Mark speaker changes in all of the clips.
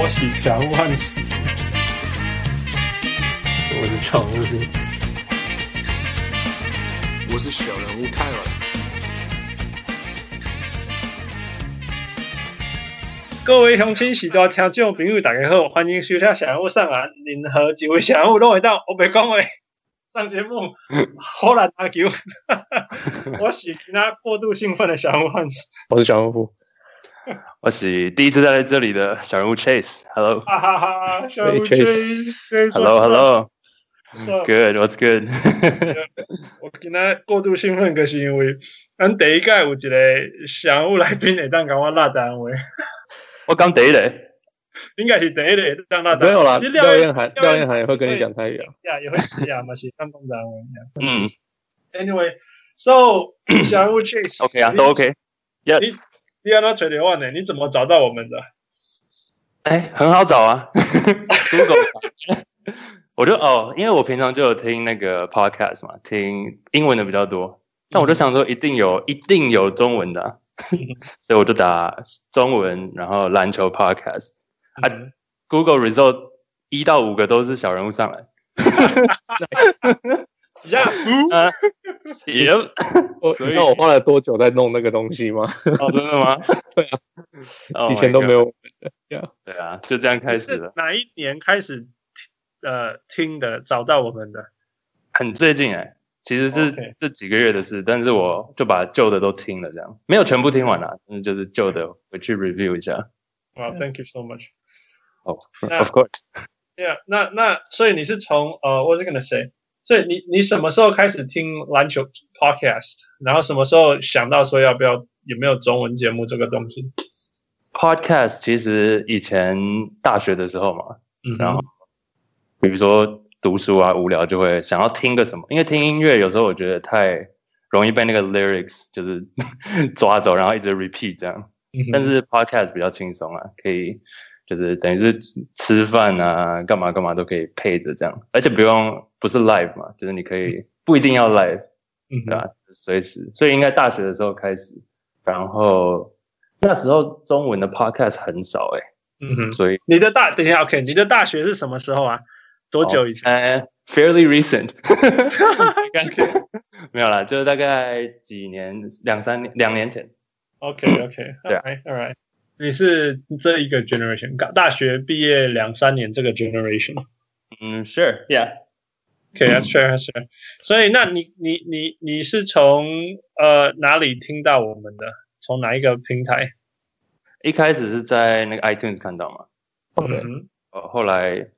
Speaker 1: 我喜祥万事，
Speaker 2: 我是常务兵，
Speaker 3: 我是小人物泰尔。
Speaker 4: 各位乡亲、许多听众朋友，大家好，欢迎收听《小人物上岸》，任何一位小人物都会当我袂讲话上节目，好难打 球。我是那过度兴奋的小人物汉斯，
Speaker 2: 我是小人物。
Speaker 5: 我是第一次站在这里的小人物 Chase，Hello，Hello，Hello，Hello，Good，What's
Speaker 4: 哈哈哈！小
Speaker 2: Hey,
Speaker 4: 人物
Speaker 2: Chase.
Speaker 4: Chase，Chase，what's up?
Speaker 5: good？
Speaker 4: 我今仔过度兴奋，就是因为咱第一届有一个常务来宾会当甲我拉单位，
Speaker 5: 我刚第一嘞，
Speaker 4: 应该是第一个会当拉
Speaker 2: 没
Speaker 4: 单位。
Speaker 2: 有啦，
Speaker 4: 其实
Speaker 2: 廖彦涵，
Speaker 4: 廖彦
Speaker 2: 廖彦涵也会跟你讲泰语啊。
Speaker 4: 也也会是啊，嘛是当讲单位。
Speaker 5: 嗯
Speaker 4: Anyway，so 小物 Chase
Speaker 5: ，OK 啊，都 OK。
Speaker 4: 你
Speaker 5: Yes，
Speaker 4: 你安那垂帘万呢？啊你怎么找到我们的？
Speaker 5: 哎，很好找 啊，Google 吧。我就哦，因为我平常就有听那个 podcast 嘛，听英文的比较多，但我
Speaker 2: 嗯
Speaker 5: 就想说一定有一定有中文的啊、 所以我就打中文，然后篮球 podcast，啊
Speaker 4: 嗯
Speaker 5: Google result 一到五个都是小人物上来。
Speaker 4: 一样，
Speaker 5: 啊，也哦，
Speaker 2: 我
Speaker 5: 所以
Speaker 2: 你知道我花了多久在弄那个东西吗？
Speaker 5: 哦真的吗？
Speaker 2: 对啊
Speaker 5: Oh my
Speaker 2: 以前都没
Speaker 5: God，
Speaker 2: 有。
Speaker 5: 对啊，就这样开始
Speaker 4: 是
Speaker 5: 了，
Speaker 4: 哪一年开始听呃听的找到我们的？
Speaker 5: 很最近哎、其实
Speaker 2: 哦
Speaker 5: 是
Speaker 4: OK
Speaker 5: 这几个月的事，但是我就把旧的都听了，这样没有全部听完啦、但是就是旧的回去 review 一下。
Speaker 4: 哇、t h a n k you so much。
Speaker 5: 哦、
Speaker 4: 那
Speaker 5: of course，
Speaker 4: Yeah，那那所以你是从呃，我是跟 a 谁？所以你你什么时候开始听篮球 podcast？然后什么时候想到说要不要有没有中文节目这个东西？
Speaker 5: podcast 其实以前大学的时候嘛，
Speaker 4: 嗯
Speaker 5: 然后比如说读书啊无聊就会想要听个什么，因为听音乐有时候我觉得太容易被那个 lyrics 就是 抓走，然后一直 repeat 这样。
Speaker 4: 嗯
Speaker 5: 但是 podcast 比较轻松啊，可以就是等于是吃饭啊，干嘛干嘛都可以配着这样，而且不用不是 live 嘛，就是你可以不一定要 live，
Speaker 4: 嗯
Speaker 5: 对吧、啊随时，所以应该大学的时候开始，然后那时候中文的 podcast 很少哎、
Speaker 4: 嗯哼，
Speaker 5: 所以
Speaker 4: 你的大等一下，OK，你的大学是什么时候啊？多久以前？
Speaker 5: 呃 fairly recent，大 概没有啦，就是大概几年两三年两年前，
Speaker 4: OK OK，
Speaker 5: 对啊
Speaker 4: right, right. 你是这一个 generation，大大学毕业两三年这个 generation。
Speaker 5: 嗯，sure，yeah。
Speaker 4: OK，that's、fair, that's fair. 所以，那你你你你是从呃哪里听到我们的？从哪一个平台
Speaker 5: 一开始是在那个 iTunes 看到嘛，
Speaker 2: OK，
Speaker 4: 嗯
Speaker 5: 呃，后来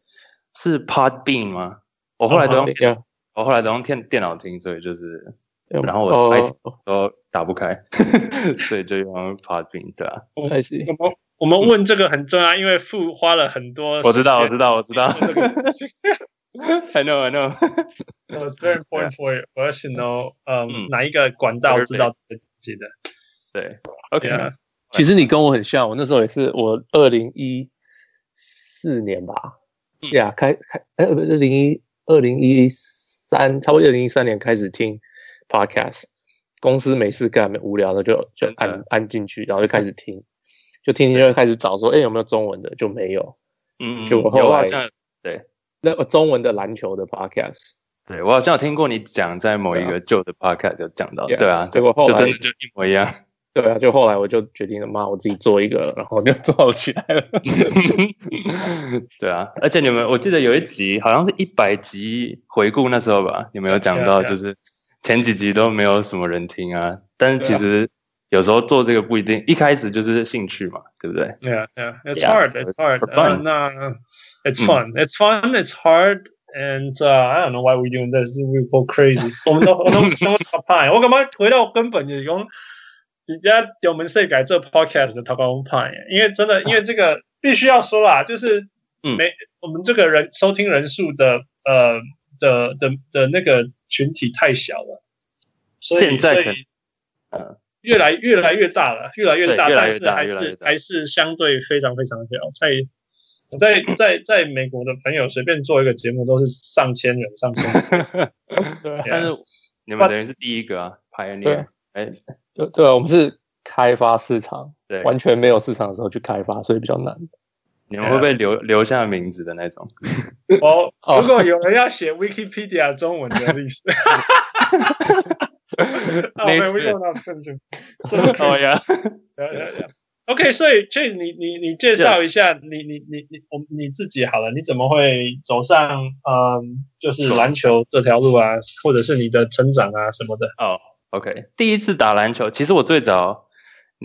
Speaker 5: 是 Podbean 吗？我后来都用、
Speaker 2: 对呀，
Speaker 5: 我后来都用电电脑听，所以就是然后我
Speaker 2: 哦，
Speaker 5: 都打不开， 所以就用 Podbean 对啊。
Speaker 2: 开始
Speaker 4: 我们我们问这个很重要，因为付花了很多
Speaker 5: 我知道，我
Speaker 4: 时
Speaker 5: 知道，我知道。
Speaker 4: 间做这个事情
Speaker 5: I know, I know。
Speaker 4: So it's very important for you. 我要 to know，呃、
Speaker 5: 嗯
Speaker 4: 哪一个管道
Speaker 5: Perfect
Speaker 4: 知道这个东西的
Speaker 5: 对，OK，
Speaker 4: ？Yeah，
Speaker 2: 其实你跟我很像，我那时候也是，我二零一四年吧，
Speaker 5: 嗯
Speaker 2: 呀、开开，哎，不，二零一二零一三，差不多二零一三年开始听 podcast，公司没事干，无聊的就就
Speaker 5: 真的
Speaker 2: 按按进去，然后就开始听，就听听就开始找说，哎，有没有中文的？就没有，
Speaker 5: 嗯，
Speaker 2: 就我
Speaker 5: 有
Speaker 2: 后
Speaker 5: 我好
Speaker 2: 来
Speaker 5: 像
Speaker 2: 那个中文的篮球的 podcast，
Speaker 5: 对我好像有听过你讲，在某一
Speaker 2: 对啊
Speaker 5: 个旧的 podcast 有讲到
Speaker 2: Yeah，
Speaker 5: 对啊，
Speaker 2: 结果后
Speaker 5: 就
Speaker 2: 来
Speaker 5: 真的就一模一样。
Speaker 2: 对啊，就后来我就决定了，妈，我自己做一个，然后就做起来了。
Speaker 5: 对啊，而且你们，我记得有一集好像是一百集回顾那时候吧，你们有讲到，
Speaker 4: 对啊
Speaker 5: 就是前几集都没有什么人听啊，但是
Speaker 2: 对啊
Speaker 5: 其实有时候做这个不一定一开始就是兴趣嘛，对不对？
Speaker 4: Yeah, yeah. It's
Speaker 5: Yeah,
Speaker 4: hard.
Speaker 5: so
Speaker 4: It's
Speaker 5: it's
Speaker 4: hard.
Speaker 5: for fun.
Speaker 4: And, uh, it's
Speaker 5: Mm.
Speaker 4: fun. It's fun. It's hard. And uh, I don't know why we're doing this. We go crazy. 我们都我都我都怕。我感觉回到根本就是讲，人家我们世改这 podcast 的头高我怕，因为真的，因为这个必须要说啦，就是
Speaker 5: 嗯
Speaker 4: 没、我们这个人收听人数的呃的的的那个群体太小了，所以
Speaker 5: 现在
Speaker 4: 所以
Speaker 5: 可能嗯
Speaker 4: 越来越来越大了，越来越大，
Speaker 5: 对越来
Speaker 4: 但
Speaker 5: 越
Speaker 4: 是
Speaker 5: 大
Speaker 4: 还
Speaker 5: 越来越
Speaker 4: 是
Speaker 5: 大
Speaker 4: 还是相对非常非常小。在我在在在美国的朋友随便做一个节目都是上千人、上千人
Speaker 2: 对啊
Speaker 5: 但是你们等于是第一个啊，pioneer，哎，
Speaker 2: 对对啊，我们是开发市场，
Speaker 5: 对，
Speaker 2: 完全没有市场的时候去开发，所以比较难。
Speaker 5: 你们会不会留留下名字的那 种？
Speaker 4: 哦，
Speaker 2: 哦
Speaker 4: 如果有人要写 Wikipedia 中文的历 史，oh, man, we don't have attention. So,
Speaker 5: 哦呀，
Speaker 4: yeah, yeah, yeah. 呃 OK，所以 Chase，你你你介绍一下你你你你我你自己好了，你怎么会走上嗯，就是篮球这条路啊，或者是你的成长啊什么的？
Speaker 5: 哦，OK，第一次打篮球，其实我最早，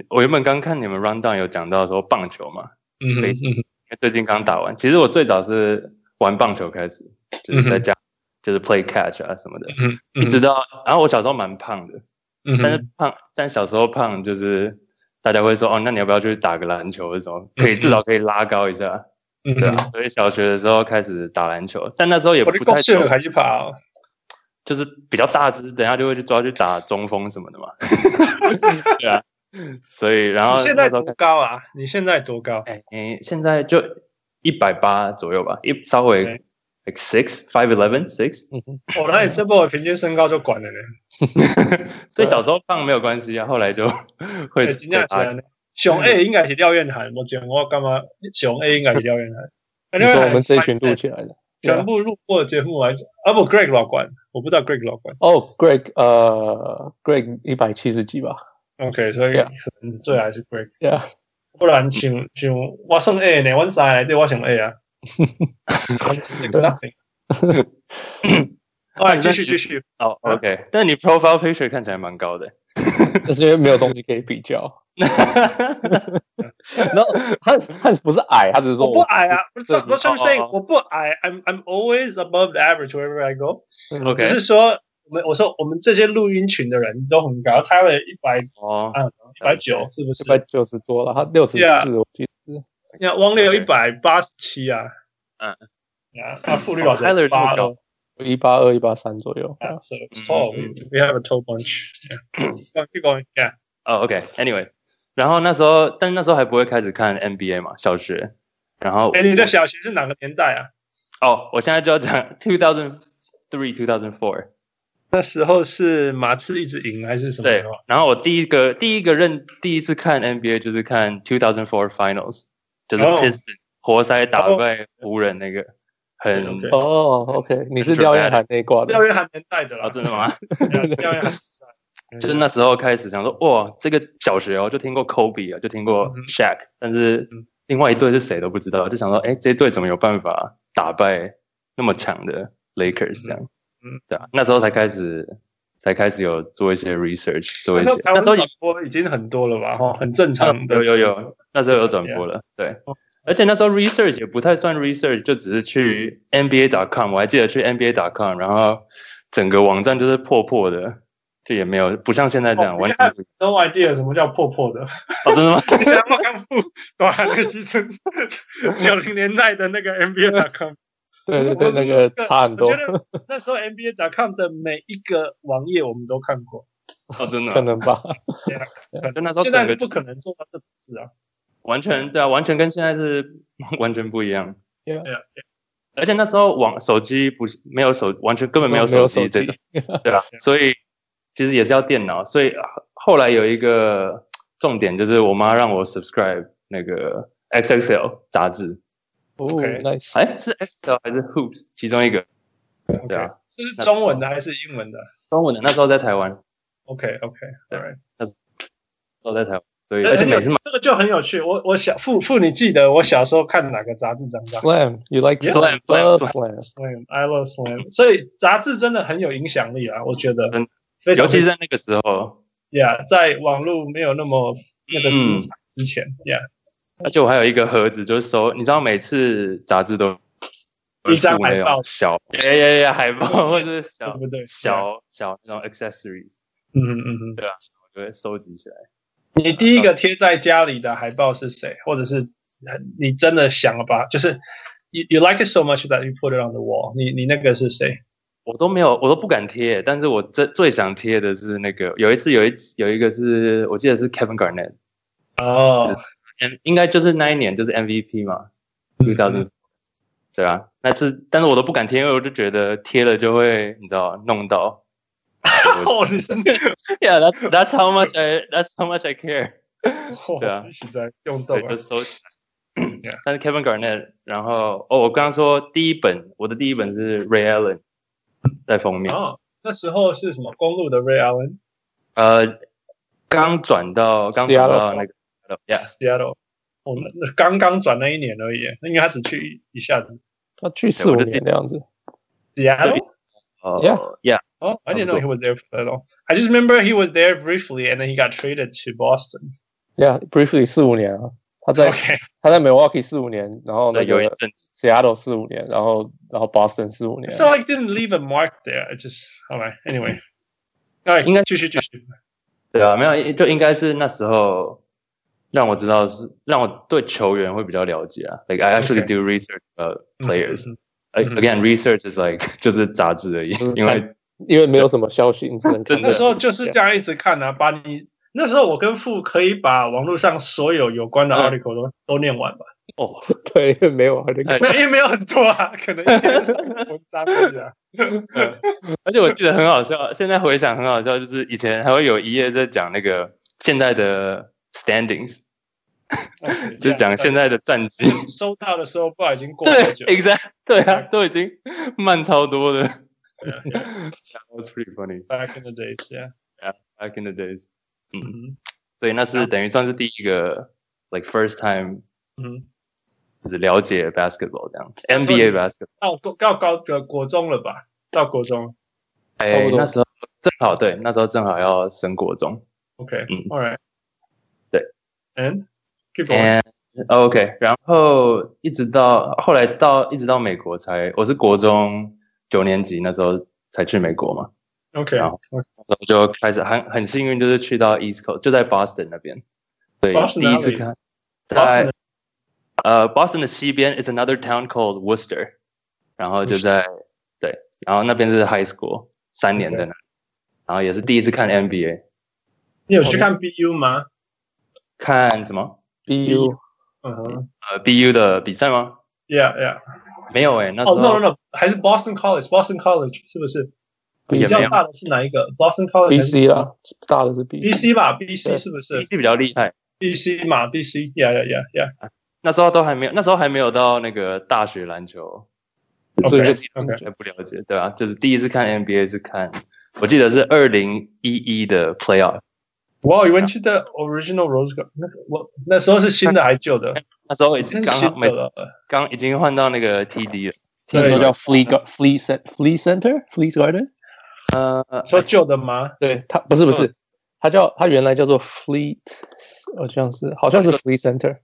Speaker 5: 我原本刚看你们 round down 有讲到说棒球嘛，
Speaker 4: 嗯哼
Speaker 5: 类似因为最近刚打完。其实我最早是玩棒球开始，就是在家、就是 play catch 啊什么的，
Speaker 4: 嗯哼，
Speaker 5: 一直到然后我小时候蛮胖的，
Speaker 4: 嗯
Speaker 5: 但是
Speaker 4: 哼，
Speaker 5: 胖，但小时候胖就是大家会说哦，那你要不要去打个篮球或者什么，可以至少可以拉高一下，
Speaker 4: 嗯哦
Speaker 5: 对啊。所以小学的时候开始打篮球，但那时候也
Speaker 4: 我
Speaker 5: 不
Speaker 4: 的
Speaker 5: 太
Speaker 4: 公司
Speaker 5: 懂
Speaker 4: 还去跑，
Speaker 5: 就是比较大只，等一下就会去抓去打中锋什 么的嘛。对啊，所以然后
Speaker 4: 你现在
Speaker 5: 那时候
Speaker 4: 多
Speaker 5: 看
Speaker 4: 高啊？你现在多高？
Speaker 5: 哎、诶现在就一百八左右吧，一稍微
Speaker 4: Okay
Speaker 5: like six five eleven six，
Speaker 4: 哦，那你这波我平均身高就管了呢。
Speaker 5: 所以小时候胖没有关系啊，后 来就
Speaker 4: 哎
Speaker 5: 会
Speaker 4: 真正是
Speaker 5: 再
Speaker 4: 安尼。熊 A 应该是廖彦涵，我讲我干嘛？熊 A 应该是廖彦涵。
Speaker 2: 你
Speaker 4: 廖
Speaker 2: 说
Speaker 4: 彦
Speaker 2: 我们
Speaker 4: 涵
Speaker 2: 这一群录起来的，对
Speaker 4: 全
Speaker 2: 啊
Speaker 4: 部录过的节目来讲，啊不，Greg 老管，我不知道 Greg 老管。
Speaker 2: 哦，Greg，呃，Greg 一百七十几吧
Speaker 4: OK，所以
Speaker 2: Yeah
Speaker 4: 嗯最还是 Greg，
Speaker 2: ，Yeah，
Speaker 4: 不然像像我算 A 呢，我三来对我想 A 啊。It's nothing 好。来继续继续。
Speaker 5: 哦、o k 但你 profile picture 看起来蛮高的、
Speaker 2: 但是因为没有东西可以 比较。然后汉斯汉斯不是矮，他只是说
Speaker 4: 我不矮啊，不是
Speaker 2: 这里
Speaker 4: 不是
Speaker 5: 哦
Speaker 4: I'm saying
Speaker 5: 哦
Speaker 4: 我不矮，I'm I'm always above the average wherever I go。
Speaker 5: OK，
Speaker 4: 只是说我们我说我们这些录音群的人都很高，Tyler 一百一
Speaker 5: 哦
Speaker 4: 啊百九是不是
Speaker 2: 一？百九十多了，他六十
Speaker 4: Yeah
Speaker 2: 四，我记得是。
Speaker 4: 你看汪六一
Speaker 5: OK
Speaker 4: 百八十七啊，
Speaker 5: 嗯
Speaker 4: 啊，啊，傅律老师
Speaker 5: Tyler 那
Speaker 4: 八
Speaker 5: 么高
Speaker 2: 一八二、一八三左右。
Speaker 4: 啊，so it's tall. We we have a tall bunch. Yeah. Keep going. Yeah.
Speaker 5: 哦，OK，Anyway，然后那时候，但是那时候还不会开始看 NBA 嘛，小学。然后，
Speaker 4: 哎，你在小学是哪个年代啊？
Speaker 5: 哦，我现在就要讲 two thousand three two thousand four。
Speaker 4: 那时候是马刺一直赢还是什么？
Speaker 5: 对，然后我第一个第一个认第一次看 NBA 就是看 two thousand four finals，就是
Speaker 4: 哦
Speaker 5: Piston、活塞打败湖人那个，很
Speaker 4: OK
Speaker 2: 哦，OK，你是廖彦涵那一挂的
Speaker 4: 廖。元涵年代的啦
Speaker 5: 哦，，真 的吗？
Speaker 4: 对啊廖元涵。
Speaker 5: 就是那时候开始想说，哇，这个小学哦，就听过 Kobe 啊，就听过
Speaker 4: 嗯哼
Speaker 5: Shaq，、但是
Speaker 4: 嗯
Speaker 5: 另外一队是谁都不知道，就想说，哎，这一队怎么有办法打败那么强的 Lakers 这样？
Speaker 4: 嗯
Speaker 5: 嗯，对啊，那时候才开始才开始有做一些 research，
Speaker 4: 那
Speaker 5: 做一
Speaker 4: 时候
Speaker 5: 些
Speaker 4: 台
Speaker 5: 那
Speaker 4: 湾
Speaker 5: 时候
Speaker 4: 转
Speaker 5: 也
Speaker 4: 播已经很多了吧？哈，很正常的。
Speaker 5: 呃
Speaker 4: 啊
Speaker 5: 有有有，那时候有转播了，对。
Speaker 4: 哦
Speaker 5: 而且那时候 research 也不太算 research，就只是去 NBA.com，我还记得去 NBA.com，然后整个网站就是破破的，就也没有不像现在这样、
Speaker 4: 哦
Speaker 5: 完
Speaker 4: 你看
Speaker 5: 全不一
Speaker 4: No idea 什么叫破破的。
Speaker 5: 样哦，真的吗？
Speaker 4: 你想要看富对啊，那个西村 九零年代的那个 NBA.com，
Speaker 2: 对对对，那个差很多
Speaker 4: 我，觉得那时候 NBA.com 的每一个网页我们都看过，
Speaker 5: 哦，真的
Speaker 2: 可
Speaker 5: 啊、
Speaker 2: 能 吧。
Speaker 5: 就那时候
Speaker 4: 现在
Speaker 5: 整
Speaker 4: 是
Speaker 5: 个
Speaker 4: 不可能做到这种事啊。
Speaker 5: 完全对啊，完全跟现在是 完全不一样。
Speaker 2: Yeah
Speaker 4: 对啊
Speaker 5: 而且那时候网手机不是没有手，完全根本没有
Speaker 2: 没有
Speaker 5: 机
Speaker 2: 手
Speaker 5: 这
Speaker 2: 机
Speaker 5: 个，对
Speaker 4: 啊
Speaker 5: 吧、所以其实也是要电脑。所以啊后来有一个重点就是，我妈让我 subscribe 那个 XXL 杂志，
Speaker 2: 哦
Speaker 4: OK
Speaker 2: ，nice。
Speaker 5: 哎，是 XL 还是 Hoops 其中一个？对啊
Speaker 4: OK，这是中文的还是英文的
Speaker 5: 中文的那时候在台湾，
Speaker 4: ？OK OK，
Speaker 5: 对
Speaker 4: right。
Speaker 5: 那时候在台湾，所以
Speaker 4: 哎
Speaker 5: 而且
Speaker 4: 很有
Speaker 5: 每次买
Speaker 4: 这个就很有趣。我我小父父，你记得我小时候看哪个杂志长大
Speaker 2: Slam，you like
Speaker 4: Yeah
Speaker 5: Slam，
Speaker 2: love
Speaker 5: Slam，
Speaker 2: slam。
Speaker 4: ？Slam，I love Slam。所以杂志真的很有影响力啊，我觉得
Speaker 5: 真的。
Speaker 4: 非常
Speaker 5: 尤其是在那个时候，
Speaker 4: Yeah，在网络没有那么那个精
Speaker 5: 嗯
Speaker 4: 彩之前，Yeah。
Speaker 5: 而且我还有一个盒子，就是收，你知道每次杂志都
Speaker 4: 一张海
Speaker 5: 有那
Speaker 4: 报
Speaker 5: 种 小，哎呀呀，海报或者是
Speaker 4: 对
Speaker 5: 小
Speaker 4: 不对？
Speaker 5: 小小那种 accessories，
Speaker 4: 嗯嗯嗯嗯。
Speaker 5: 我就会收集起来。
Speaker 4: 你第一个贴在家里的海报是谁？或者是呃你真的想了吧？就是 you you like it so much that you put it on the wall 你。你那个是谁？
Speaker 5: 我都没有，我都不敢贴，但是我最最想贴的是那个，有一次有一有一个是我记得是 Kevin Garnett，
Speaker 4: 哦，
Speaker 5: 嗯，应该就是那一年就是 MVP 嘛，two thousand，对啊，那次但是我都不敢贴，因为我就觉得贴了就会你知道弄 到。
Speaker 4: 哦，你是那个，
Speaker 5: yeah, that's that's how much I that's how much I care。
Speaker 4: 哦
Speaker 5: 对啊
Speaker 4: 你实在用到
Speaker 5: 对，
Speaker 4: 了
Speaker 5: 就。收起来。
Speaker 4: Yeah.
Speaker 5: 但是 Kevin Garnett，然后哦，我刚刚说第一本，我的第一本是 Ray Allen 在封面，
Speaker 4: 哦，那时候是什么公路的 Ray Allen
Speaker 5: 呃，刚转到刚转到那个 yeah，
Speaker 4: Seattle，我们刚刚转那一年而已，那因为他只去一下子
Speaker 2: 他去四五
Speaker 5: 我就记
Speaker 2: 年的样子。
Speaker 4: Seattle。
Speaker 5: 哦
Speaker 2: Yeah
Speaker 5: yeah，
Speaker 4: Oh, I didn't know
Speaker 5: Although-
Speaker 4: he was there for that long. I just remember he was there briefly, and then he got traded to Boston.
Speaker 2: Yeah，briefly 四五年啊，他在
Speaker 4: Okay,
Speaker 2: 他在 Milwaukee 四五年，然后那
Speaker 5: 对，有一
Speaker 2: 个
Speaker 5: 阵子
Speaker 2: Seattle 四五年，然后然后 Boston 四五
Speaker 4: I
Speaker 2: 年
Speaker 4: feel。like didn't leave a mark there. It just all right. Anyway, all right.
Speaker 5: 应该-
Speaker 4: 继续继续。
Speaker 5: 对啊，没有，就应该是那时候让我知道是让我对球员会比较了解啊，like I actually
Speaker 4: Okay.
Speaker 5: do research about players。
Speaker 4: 嗯
Speaker 5: Again, research is like 就是杂志而已
Speaker 2: 就是，
Speaker 5: 因
Speaker 2: 看
Speaker 5: 为
Speaker 2: 因为没有什么消息，你只能看
Speaker 5: 真的
Speaker 4: 那时候就是这样一直看啊，把你那时候我跟富可以把网络上所有有关的
Speaker 5: 嗯
Speaker 4: article 都、都念完吧，
Speaker 5: 哦，
Speaker 2: 对，因为没有啊，就看
Speaker 5: 哎
Speaker 4: 没因为没有很多啊，可能一篇文章而已啊。
Speaker 5: 而且我记得很好笑，现在回想很好笑，就是以前还会有一页在讲那个现在的 standings，
Speaker 4: OK，
Speaker 5: 就是讲现在的战绩。
Speaker 4: 收到的时候，不知道已经啊过
Speaker 5: 对
Speaker 4: 多久。
Speaker 5: ，exact，对啊，都已经慢超多的。That was pretty funny
Speaker 4: Back in the days, yeah.
Speaker 5: back in the days。嗯，
Speaker 4: 嗯
Speaker 5: 所以那是等于算是第一个 like first time，
Speaker 4: 嗯，
Speaker 5: 就是了解 basketball 这样
Speaker 4: 那时候你
Speaker 5: ，NBA basketball。
Speaker 4: 到高到高呃国中了吧？到国中
Speaker 2: 差
Speaker 5: 哎
Speaker 2: 不，多
Speaker 5: 那时候正好对，那时候正好要升国中。
Speaker 4: ，OK，
Speaker 5: 嗯
Speaker 4: a l right，
Speaker 5: 对
Speaker 4: ，And keep going，
Speaker 5: And OK，然后一直到后来到一直到美国才，我是国中九年级那时候才去美国嘛，
Speaker 4: OK，
Speaker 5: 然后然后就开始很很幸运，就是去到 East Coast，就在 Boston 那边，对
Speaker 4: Boston
Speaker 5: 第一次
Speaker 4: 哪里
Speaker 5: 看
Speaker 4: Boston
Speaker 5: 在呃 Boston 的西边，is another town called Worcester，然后就在对，然后那边是 high school 三年的那里然后也是第一次看 NBA，
Speaker 4: 你有去看 BU 吗？
Speaker 5: 看什么
Speaker 2: BU
Speaker 4: 嗯哼
Speaker 5: 呃 BU 的比赛吗？
Speaker 4: ，Yeah Yeah，
Speaker 5: 没有哎、那时候、
Speaker 4: 哦，No No No，还是 Boston College，Boston College 是不是？
Speaker 5: 也
Speaker 4: 比
Speaker 5: 没
Speaker 4: 较
Speaker 5: 有
Speaker 4: 大的是哪一个？Boston College 还是
Speaker 2: BC 啦，大的是 BC。
Speaker 4: ，BC 吧，BC
Speaker 2: 对
Speaker 4: 是不是
Speaker 5: BC 比较厉害。
Speaker 4: ？BC 嘛，BC，Yeah Yeah Yeah Yeah，
Speaker 5: 那时候都还没有，那时候还没有到那个大学篮球，所以就
Speaker 4: OK，OK
Speaker 5: 自己完全不了解，对啊，就是第一次看 NBA 是看，我记得是二零一一的 Playoff，
Speaker 4: 哇，你们去的 Original Rose Garden，那个我那时候是新的还是旧的？
Speaker 5: 那时候已经
Speaker 4: 是
Speaker 5: 刚
Speaker 4: 新
Speaker 5: 好没
Speaker 4: 的了，
Speaker 5: 刚已经换到那个 TD 了，
Speaker 2: 那时候
Speaker 4: 对
Speaker 2: 叫 Flea Gar- Flea Cent Flea Center Flea Garden，
Speaker 5: 呃，
Speaker 4: 说旧的吗？
Speaker 2: 对，它不是不是，它叫它原来叫做 Fleet，好像是好像是 Flea Center，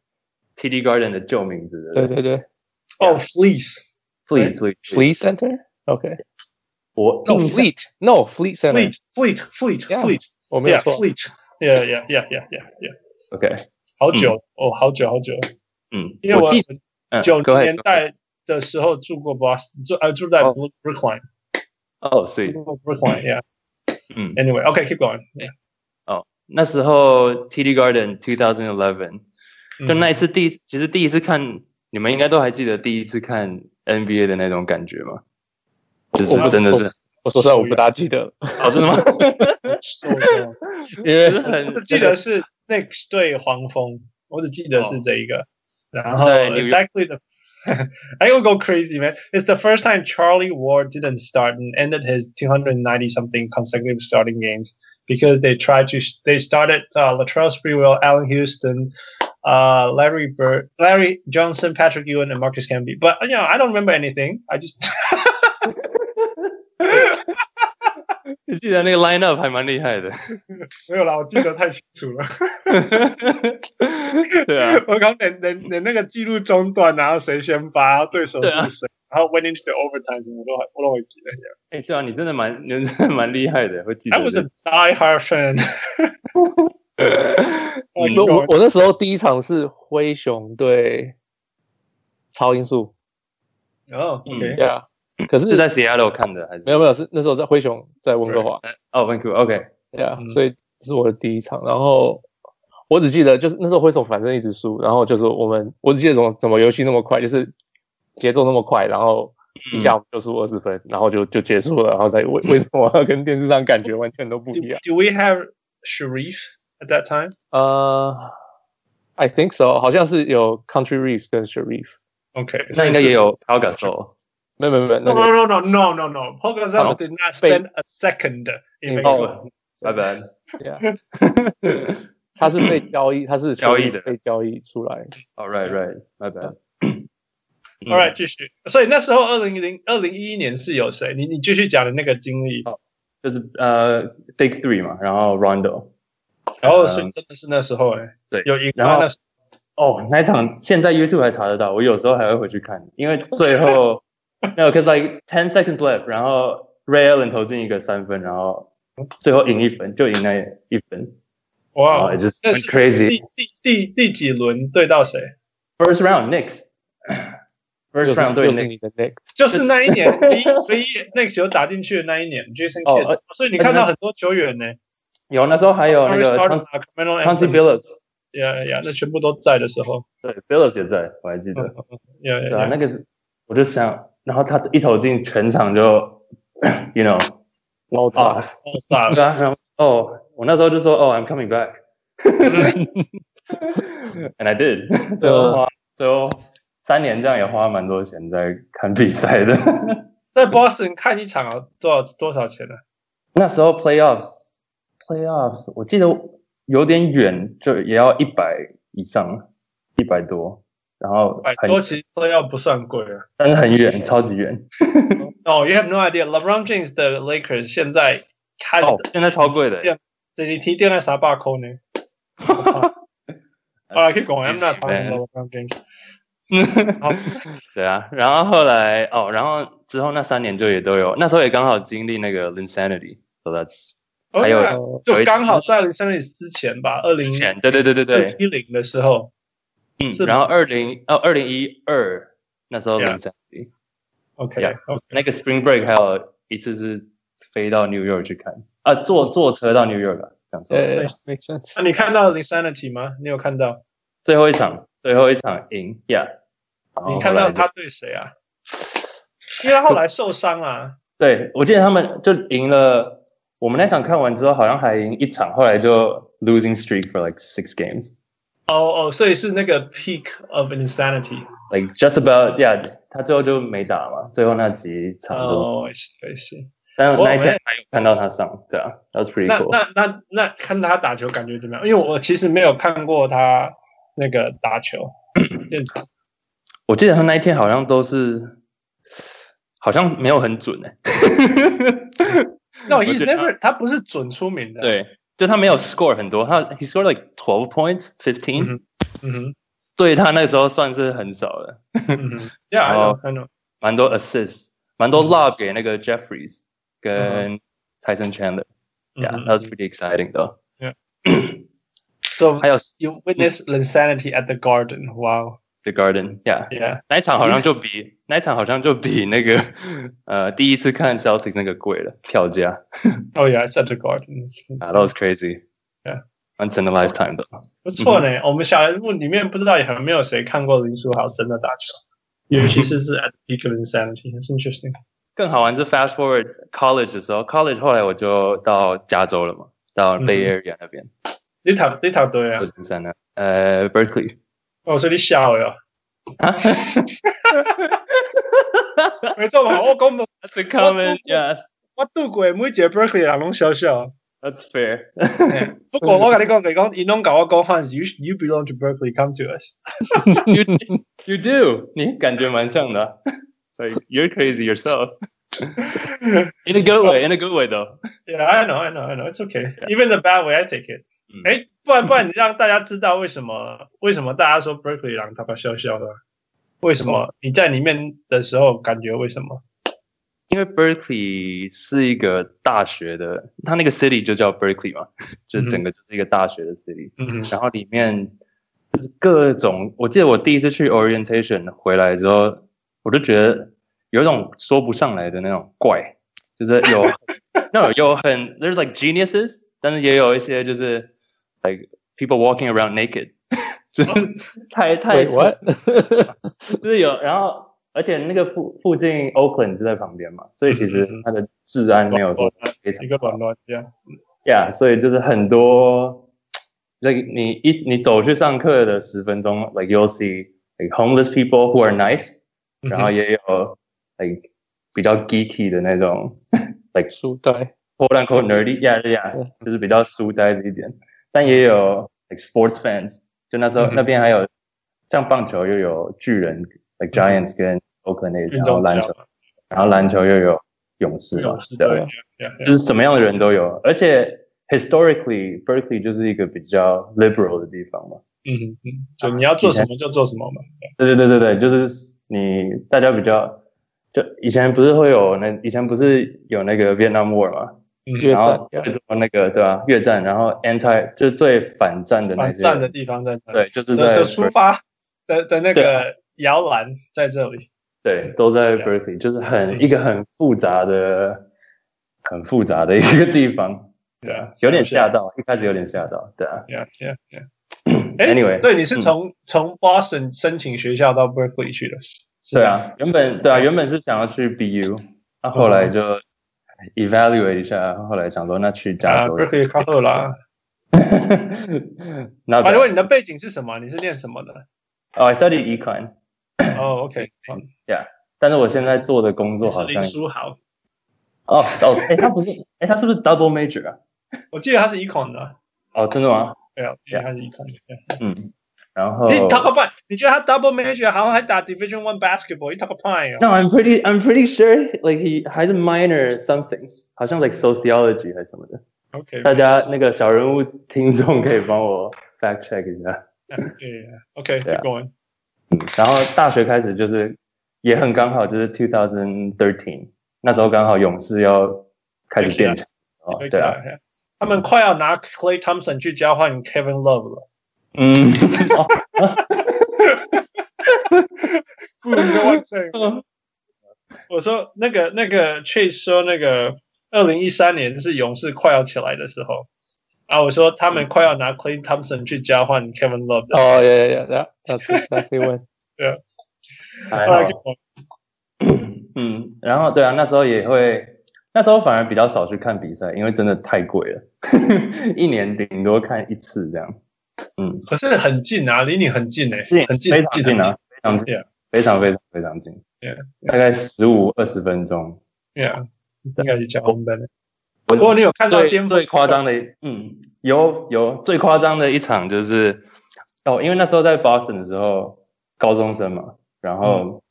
Speaker 5: TD Garden 的旧名字，
Speaker 2: 对对对
Speaker 4: 哦，Fleece。Oh,
Speaker 5: ，Please Please
Speaker 2: ，Flea Center，OK，
Speaker 5: 我嗯
Speaker 2: No Fleet No Fleet Center，
Speaker 4: Fleet, Fleet, Fleet,
Speaker 2: Yeah.
Speaker 4: Fleet.
Speaker 2: 我没有
Speaker 4: Yeah,
Speaker 2: 错，
Speaker 4: Fleet. Yeah, yeah, yeah, yeah, yeah, yeah. Oh,
Speaker 5: OK，
Speaker 4: 好
Speaker 5: Hmm.
Speaker 4: 久哦，好久好久，
Speaker 5: 嗯，
Speaker 4: 因为我
Speaker 5: 记嗯
Speaker 4: 九零
Speaker 5: go ahead，
Speaker 4: 年
Speaker 5: go ahead Oh.
Speaker 4: 代的时候住过 Boston，住呃住在
Speaker 5: 哦
Speaker 4: Brook- uh, Brookline，
Speaker 5: 哦，所以
Speaker 4: 住过 Brookline。Yeah.
Speaker 5: 嗯，
Speaker 4: Anyway, okay, keep going.
Speaker 5: 那时候 TD Garden 2011。
Speaker 4: 嗯
Speaker 5: 就那一次第一，其实第一次看，你们应该都还记得第一次看 NBA 的那种感觉吗？就是真的是，
Speaker 2: 我说实话我不大记得了，
Speaker 5: 哦，真的 吗？
Speaker 4: Hmm. So good.
Speaker 2: 因
Speaker 5: 就是
Speaker 2: 为
Speaker 4: 我
Speaker 5: 很
Speaker 4: 只记得是 Knicks 对黄蜂，我只记得是这一个。然后
Speaker 5: 在纽约
Speaker 4: exactly the I will go crazy, man. It's the first time Charlie Ward didn't start and ended his 290 something consecutive starting games because they tried to they started uh, Latrell Sprewell, Allen Houston, uh, Larry Bird, Larry Johnson, Patrick Ewing, and Marcus Camby. But you know, I don't remember anything. I just
Speaker 5: 就记得那个 line up 还蛮厉害的，
Speaker 4: 没有啦，我记得太清楚了。
Speaker 5: 对啊，
Speaker 4: 我刚等等等那个记录中断，然后谁先发，然后对手是
Speaker 5: 对啊
Speaker 4: 谁，然后 went into the overtime 什么都还我都会记得。
Speaker 5: 哎、对啊，你真的蛮，你真的蛮厉害的，会记得
Speaker 4: I
Speaker 5: 这
Speaker 4: was
Speaker 5: 个。
Speaker 4: a die hard fan
Speaker 5: 嗯
Speaker 4: 你
Speaker 2: 我我我那时候第一场是灰熊对超音速，
Speaker 4: 哦，OK，
Speaker 2: 对啊，可是
Speaker 5: 是在 Seattle 看的还是
Speaker 2: 没有没有是那时候在灰熊在温哥华，
Speaker 5: 哦 v a n c o u OK，
Speaker 2: 对啊
Speaker 4: 嗯，
Speaker 2: 所以这是我的第一场，然后我只记得就是那时候灰熊反正一直输，然后就是我们我只记得怎么怎么游戏那么快，就是节奏那么快，然后一下我们就输二十分，然后就就结束了，然后再为为什么要跟电视上感觉完全都不
Speaker 4: Do
Speaker 2: 一样？
Speaker 4: do we have Sharif at that time?
Speaker 5: 呃，
Speaker 2: I think so，好像是有 Country Reeves 跟 Sharif，
Speaker 4: OK，
Speaker 5: 那应该也有 a l g a s o
Speaker 2: 没有没有没有，
Speaker 4: No,
Speaker 2: 那
Speaker 4: no,
Speaker 2: 个
Speaker 4: no, no, no, no, no. Pogazal
Speaker 2: Oh.
Speaker 4: did not spend a second in making
Speaker 2: Oh.
Speaker 4: fun.
Speaker 5: My bad。
Speaker 2: yeah, 他是被交易，他是
Speaker 5: 交易的
Speaker 2: 被交易出来。
Speaker 5: All right, right. My 哦 bad。嗯
Speaker 4: All right，继续。所以那时候二零零二零一一年是有谁？你你继续讲的那个经历，
Speaker 5: 就是呃 Big Three 嘛，然后 Rondo。
Speaker 4: 然后是真的是那时候哎、
Speaker 5: 对
Speaker 4: 有赢
Speaker 5: 然
Speaker 4: 到
Speaker 5: 后
Speaker 4: 那时
Speaker 5: 哦，那一场现在 YouTube 还查得到，我有时候还会回去看，因为 最后那个 cause like ten seconds left，然后 Ray Allen 投进一个三分，然后最后赢一分，就赢那一分，
Speaker 4: 候
Speaker 5: 然后
Speaker 4: 哇
Speaker 5: it，just
Speaker 4: 哦那
Speaker 5: went
Speaker 4: 是
Speaker 5: crazy
Speaker 4: 第第第第几轮对到谁？
Speaker 5: first round Knicks first
Speaker 2: 又
Speaker 5: round
Speaker 2: 是
Speaker 5: 对
Speaker 2: 又是
Speaker 5: Knicks，
Speaker 2: 你的 Nick，
Speaker 4: 就是那一 年唯一唯一那个球打进去的那一年，Jason
Speaker 5: 哦
Speaker 4: Kidd，、
Speaker 5: 而
Speaker 4: 所以你看到很多球员呢、
Speaker 5: 有那时候还有那
Speaker 4: Morris
Speaker 5: 个
Speaker 4: Carter
Speaker 5: Chauncey
Speaker 4: 啊 Carmelo
Speaker 5: Chauncey
Speaker 4: Anthony
Speaker 5: Billups，
Speaker 4: yeah yeah，那全部都在的时候
Speaker 5: 对 Billups 也在，我还记
Speaker 4: 嗯
Speaker 5: 得。
Speaker 4: ，yeah
Speaker 5: 对啊，
Speaker 4: yeah，,
Speaker 5: 那
Speaker 4: yeah.
Speaker 5: 个是我就想，然后他一投进，全场就 ，you know，
Speaker 2: 老
Speaker 5: 啊
Speaker 2: 炸，，
Speaker 4: 爆炸了
Speaker 5: 对啊，然后哦，我那时候就说，哦，I'm coming back，and I did，最 后花最后三年这样也花蛮多钱在看比赛的，
Speaker 4: 在 Boston 看一场啊，多少多少钱呢、啊
Speaker 5: 那时候 playoffs playoffs 我记得有点远，就也要一百以上，一百多，然后
Speaker 4: 百
Speaker 5: 很
Speaker 4: 多其实都要不算贵啊。
Speaker 5: 但是很远，超级远，
Speaker 4: No, you have no idea. LeBron James 的 Lakers 现在看
Speaker 5: 哦，现在超贵的，
Speaker 4: 这你提电在啥把 扣呢？啊，可以讲，I'm not talking about LeBron James。好
Speaker 5: 对啊，然后后来哦，然后之后那三年就也都有，那时候也刚好经历那个 insanity，so that's 还有
Speaker 4: OK，
Speaker 2: 呃
Speaker 4: 就刚好在 l 生日之前吧，二零
Speaker 5: 之前，对对对对对，
Speaker 4: 一零的时候。是
Speaker 5: 嗯，然后二零哦二零一二那时候
Speaker 4: Yeah
Speaker 5: insanity，
Speaker 4: OK
Speaker 5: Yeah
Speaker 4: OK，
Speaker 5: 那个 spring break 还有一次是飞到 New York 去看，啊坐
Speaker 4: 嗯
Speaker 5: 坐车到 New York 啊，这样说，
Speaker 2: 呃，make
Speaker 4: 那
Speaker 2: sense。
Speaker 4: 你看到 Insanity 吗？你有看到？
Speaker 5: 最后一场最后一场赢，yeah，然后
Speaker 4: 你看
Speaker 5: 哦后来
Speaker 4: 到
Speaker 5: 就
Speaker 4: 他对谁啊？因为他后来受伤啊。
Speaker 5: 对，我记得他们就赢了。我们那场看完之后，好像还赢一场，后来就 losing streak for like six games,
Speaker 4: 哦哦，所以是那个 peak of insanity。
Speaker 5: like just about yeah。他最后就没打嘛，最后那几场都。
Speaker 4: 哦，I see, I see。
Speaker 5: 但
Speaker 4: 哦
Speaker 5: 那一天
Speaker 4: 没
Speaker 5: 还有看到他上，对啊，That was pretty
Speaker 4: 那
Speaker 5: cool。
Speaker 4: 那那那看他打球感觉怎么样？因为我其实没有看过他那个打球 现场。
Speaker 5: 我记得他那一天好像都是，好像没有很准 哎、
Speaker 4: No,
Speaker 5: 我
Speaker 4: he's
Speaker 5: 觉得
Speaker 4: never，他不是准出名的。，
Speaker 5: 对，就他没有 score 很多，他 he scored like twelve points, fifteen，、
Speaker 4: 嗯嗯哼，
Speaker 5: 对他那时候算是很少的，
Speaker 4: 嗯哼，Yeah, I
Speaker 5: 哦
Speaker 4: know, I know.
Speaker 5: 蛮多 assist，
Speaker 4: 嗯
Speaker 5: 蛮多 lob 给那个 Jeffries 跟 Tyson Chandler。Yeah,
Speaker 4: 嗯
Speaker 5: that was pretty exciting though.
Speaker 4: So
Speaker 5: 还有
Speaker 4: you witness insanity at the garden. Wow.
Speaker 5: The Garden, yeah，
Speaker 4: Yeah.
Speaker 5: 那一场好像就比那一场好像就比那个呃第一次看 Celtics 那个贵了，票价。
Speaker 4: Oh yeah, it's at the garden. It's-
Speaker 5: Ah, that was crazy.
Speaker 4: Yeah.
Speaker 5: once in a lifetime 的。
Speaker 4: 不错呢。eh? 我们小人物里面不知道有没有谁看过林书豪真的打球，尤其是是 at the peak of insanity. It's interesting.
Speaker 5: 更好玩是 fast forward college 的时候，college 后来我就到加州了嘛，
Speaker 4: 嗯
Speaker 5: 到
Speaker 4: 哼
Speaker 5: Bay Area 那边，
Speaker 4: 你打你打对啊
Speaker 5: 旧？金山那，呃，Berkeley
Speaker 4: 哦，所以你笑哟。
Speaker 5: 啊
Speaker 4: 没错嘛，我讲无
Speaker 5: ，That's a common, yeah,
Speaker 4: 我拄过的每一个 Berkeley 人拢笑 笑。
Speaker 5: that's fair.
Speaker 4: 不過我跟你講，佢講，伊攏甲我講，Hans, you you belong to Berkeley, come to us。
Speaker 5: You you do，你感觉蛮像的啊， 所以 you're crazy yourself in a good way, in a good way though.
Speaker 4: Yeah, I know, I know, I know. It's okay. Even the bad way, I take it.
Speaker 5: 嗯
Speaker 4: 哎、不然不然，你让大家知道为什么 为什么大家说 Berkeley 人他妈笑笑的？为什么你在里面的时候感觉为什么？
Speaker 5: 因为 Berkeley 是一个大学的，它那个 city 就叫 Berkeley 嘛，就是整个就是一个大学的 city。
Speaker 4: 嗯
Speaker 5: 然后里面就是各种，我记得我第一次去 orientation 回来之后，我就觉得有一种说不上来的那种怪，就是 有那种有很 there's like geniuses，但是也有一些就是 like people walking around naked，就是
Speaker 4: 哦
Speaker 5: 太太
Speaker 2: Wait, what？
Speaker 5: 就是有，然后而且那个附附近 Oakland 就在旁边嘛，所以其实
Speaker 4: 嗯嗯嗯
Speaker 5: 它的治安没有说非常
Speaker 4: 一个软软这样。
Speaker 5: Yeah，所以就是很多 like 你一你走去上课的十分钟，like you'll see like homeless people who are nice，、然
Speaker 4: 嗯
Speaker 5: 后也有 like 比较 geeky 的那种 like
Speaker 2: 书呆
Speaker 5: quote unquote nerdy，yeah yeah，
Speaker 2: 嗯
Speaker 5: 就是比较书呆子一点，但也有 like sports fans，就那时候、
Speaker 4: 嗯哼
Speaker 5: 那边还有像棒球又有巨人 like Giants 跟 Oakland A's，
Speaker 4: 嗯运
Speaker 5: 然后
Speaker 4: 动
Speaker 5: 篮
Speaker 4: 家
Speaker 5: 球，然后篮球又有勇士嘛，
Speaker 4: 勇士
Speaker 5: 对
Speaker 4: 队，yeah, yeah,
Speaker 5: 就是什么样的人都有，而且 historically Berkeley 就是一个比较 liberal 的地方嘛。
Speaker 4: 嗯嗯嗯，就你要做什么就做什么嘛。
Speaker 5: 对对对对对，就是你大家比较，就以前不是会有那以前不是有那个 Vietnam War 嘛，
Speaker 2: 越
Speaker 4: 嗯，
Speaker 5: 然
Speaker 2: 战
Speaker 5: 后最多那个对吧、啊越战，然后 anti 就是最反战的那
Speaker 4: 反
Speaker 5: 些，
Speaker 4: 战的地方在哪里？
Speaker 5: 对，就是
Speaker 4: 的
Speaker 5: 在
Speaker 4: 的出
Speaker 5: Berkeley-
Speaker 4: 发的的那
Speaker 5: 对
Speaker 4: 个摇篮在这里。
Speaker 5: 对，都在
Speaker 4: 对
Speaker 5: Berkeley，就是
Speaker 4: 嗯
Speaker 5: 很一个很复杂的、很复杂的一个地方，对啊，有点吓到，一开始有点吓到，对啊
Speaker 4: Yeah, yeah, yeah. 哎
Speaker 5: ，anyway，
Speaker 4: 对，你是
Speaker 5: 嗯
Speaker 4: 从从 Boston 申请学校到 Berkeley 去的。是哦
Speaker 5: 对
Speaker 4: 吧，
Speaker 5: 啊，原本对啊，原本是想要去 BU，那、后来就 evaluate 一下，后来想说那去加
Speaker 4: 啊
Speaker 5: 州。啊
Speaker 4: ，Berkeley 靠后 啦。
Speaker 5: 那
Speaker 4: 反正
Speaker 5: bad.
Speaker 4: 啊你的背景是什么？你是念什么的？
Speaker 5: 哦、i studied econ，
Speaker 4: 哦，OK，好
Speaker 5: 但是我现在做的工作
Speaker 4: 你是
Speaker 5: 嗯好
Speaker 4: 林
Speaker 5: 像
Speaker 4: 书豪，
Speaker 5: 哦哦，哎、他不是哎、他是不是 double major 啊？
Speaker 4: 我记得他是 Econ 的。
Speaker 5: 哦，真的吗？
Speaker 4: 对啊，我记得他是 Econ 的。
Speaker 5: 嗯，然后
Speaker 4: 你 talk about，你觉得他 double major，然后还打 Division One basketball，你 talk about 哦
Speaker 5: No, I'm pretty I'm pretty sure like he 还是 minor something，好像 like sociology 还是什么的。
Speaker 4: ，OK，
Speaker 5: 大家那个小人物听众可以帮我 fact check 一下。对
Speaker 4: OK，keep
Speaker 5: 啊
Speaker 4: going。
Speaker 5: 然后大学开始就是也很刚好，就是 two thousand thirteen，那时候刚好勇士要开始变强，哦，对啊，
Speaker 4: 对啊，他们快要拿 Clay Thompson 去交换 Kevin Love 了。
Speaker 5: 嗯，
Speaker 4: 不你跟我讲 我说那个那个 Chase 说那个二零一三年是勇士快要起来的时候啊，我说他们快要拿 Clay Thompson 去交换 Kevin Love 的。
Speaker 2: 哦，yeah yeah yeah，that s exactly when
Speaker 5: 还
Speaker 4: 后
Speaker 5: 好
Speaker 4: 来，就
Speaker 5: 嗯，然后对啊，那时候也会，那时候反而比较少去看比赛，因为真的太贵了， 一年顶多看一次这样，嗯，
Speaker 4: 可是很近啊，离你很近诶、
Speaker 5: 近
Speaker 4: 很近，
Speaker 5: 非常近啊，非常近
Speaker 4: Yeah.，
Speaker 5: 非常非常非常近
Speaker 4: Yeah.，
Speaker 5: 大概十五二十分钟，
Speaker 4: 很近！Yeah，应该是交换的。
Speaker 5: 我
Speaker 4: 不过你有看到
Speaker 5: 最
Speaker 4: 巅峰
Speaker 5: 最夸张的，嗯，有有最夸张的一场就是，哦，因为那时候在 Boston 的时候，高中生嘛，然
Speaker 4: 嗯
Speaker 5: 后、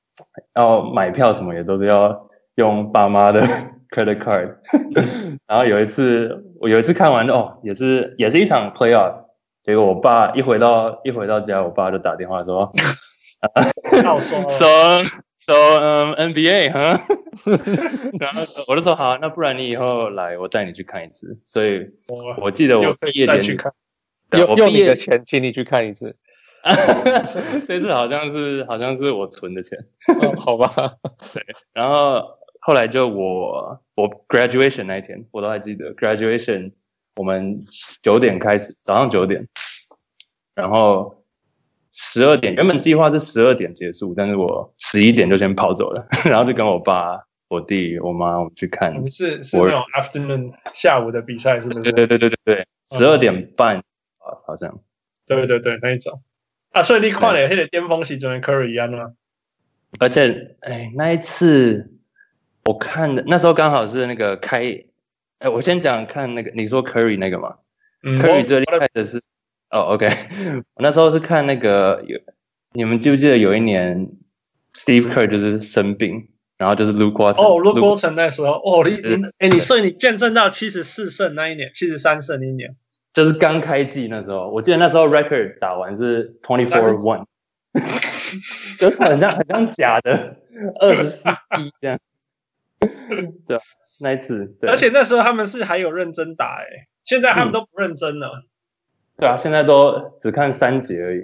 Speaker 5: 要买票什么也都是要用爸妈的 credit card，然
Speaker 4: 嗯
Speaker 5: 后有一次我有一次看完哦，也是也是一场 playoff，结果我爸一回到一回到家，我爸就打电话说
Speaker 4: 哦到说 了
Speaker 5: ，so so 嗯、NBA 哈、然后 我就说好，啊那不然你以后来，我带你去看一次，所以。
Speaker 4: 我
Speaker 5: 我记得
Speaker 4: 又
Speaker 5: 我
Speaker 4: 可
Speaker 5: 毕
Speaker 4: 以
Speaker 5: 业
Speaker 4: 再
Speaker 5: 典
Speaker 4: 去
Speaker 5: 礼，
Speaker 4: 看。
Speaker 5: 对我
Speaker 2: 用用
Speaker 5: 毕
Speaker 2: 你
Speaker 5: 业
Speaker 2: 的，钱请你去看一次，
Speaker 5: 这次好像是好像是我存的钱，
Speaker 2: 哦好吧？
Speaker 5: 然后后来就我我 graduation 那一天我都还记得，graduation 我们九点开始，早上九点，然后十二点原本计划是十二点结束，但是我十一点就先跑走了， 然后就跟我爸、我弟、我妈我们去看
Speaker 4: 你们是是
Speaker 5: 我
Speaker 4: 那种 afternoon 下午的比赛，是不
Speaker 5: 对
Speaker 4: 是？
Speaker 5: 对对对对对，
Speaker 4: 嗯
Speaker 5: 十二点半啊好像。
Speaker 4: 对对对，那一种啊，所以你看了那个巅峰时阵 Curry 一样啊，
Speaker 5: 而且，哎，那一次我看的那时候刚好是那个开，哎，我先讲看那个你说 Curry 那个嘛、
Speaker 4: 嗯
Speaker 5: c u r r y
Speaker 4: 我
Speaker 5: 最厉害的是哦，OK，我 那时候是看那个有，你们记不记得有一年 Steve Kerr 就是生病，然后就是 Luke Walton，
Speaker 4: 哦，洛
Speaker 5: Luke-
Speaker 4: 波城那时候，哦，你
Speaker 5: 对
Speaker 4: 你哎，你所以你见证到七十四胜那一年，七十三胜那一年，
Speaker 5: 就是刚开季那时候，我记得那时候 record 打完是 twenty four one，就是很像很像假的二十四一这样，对啊，那一次，对
Speaker 4: 而且那时候他们是还有认真打，哎，现在他们都不认真
Speaker 5: 嗯
Speaker 4: 了。
Speaker 5: 对啊，现在都只看三节而已。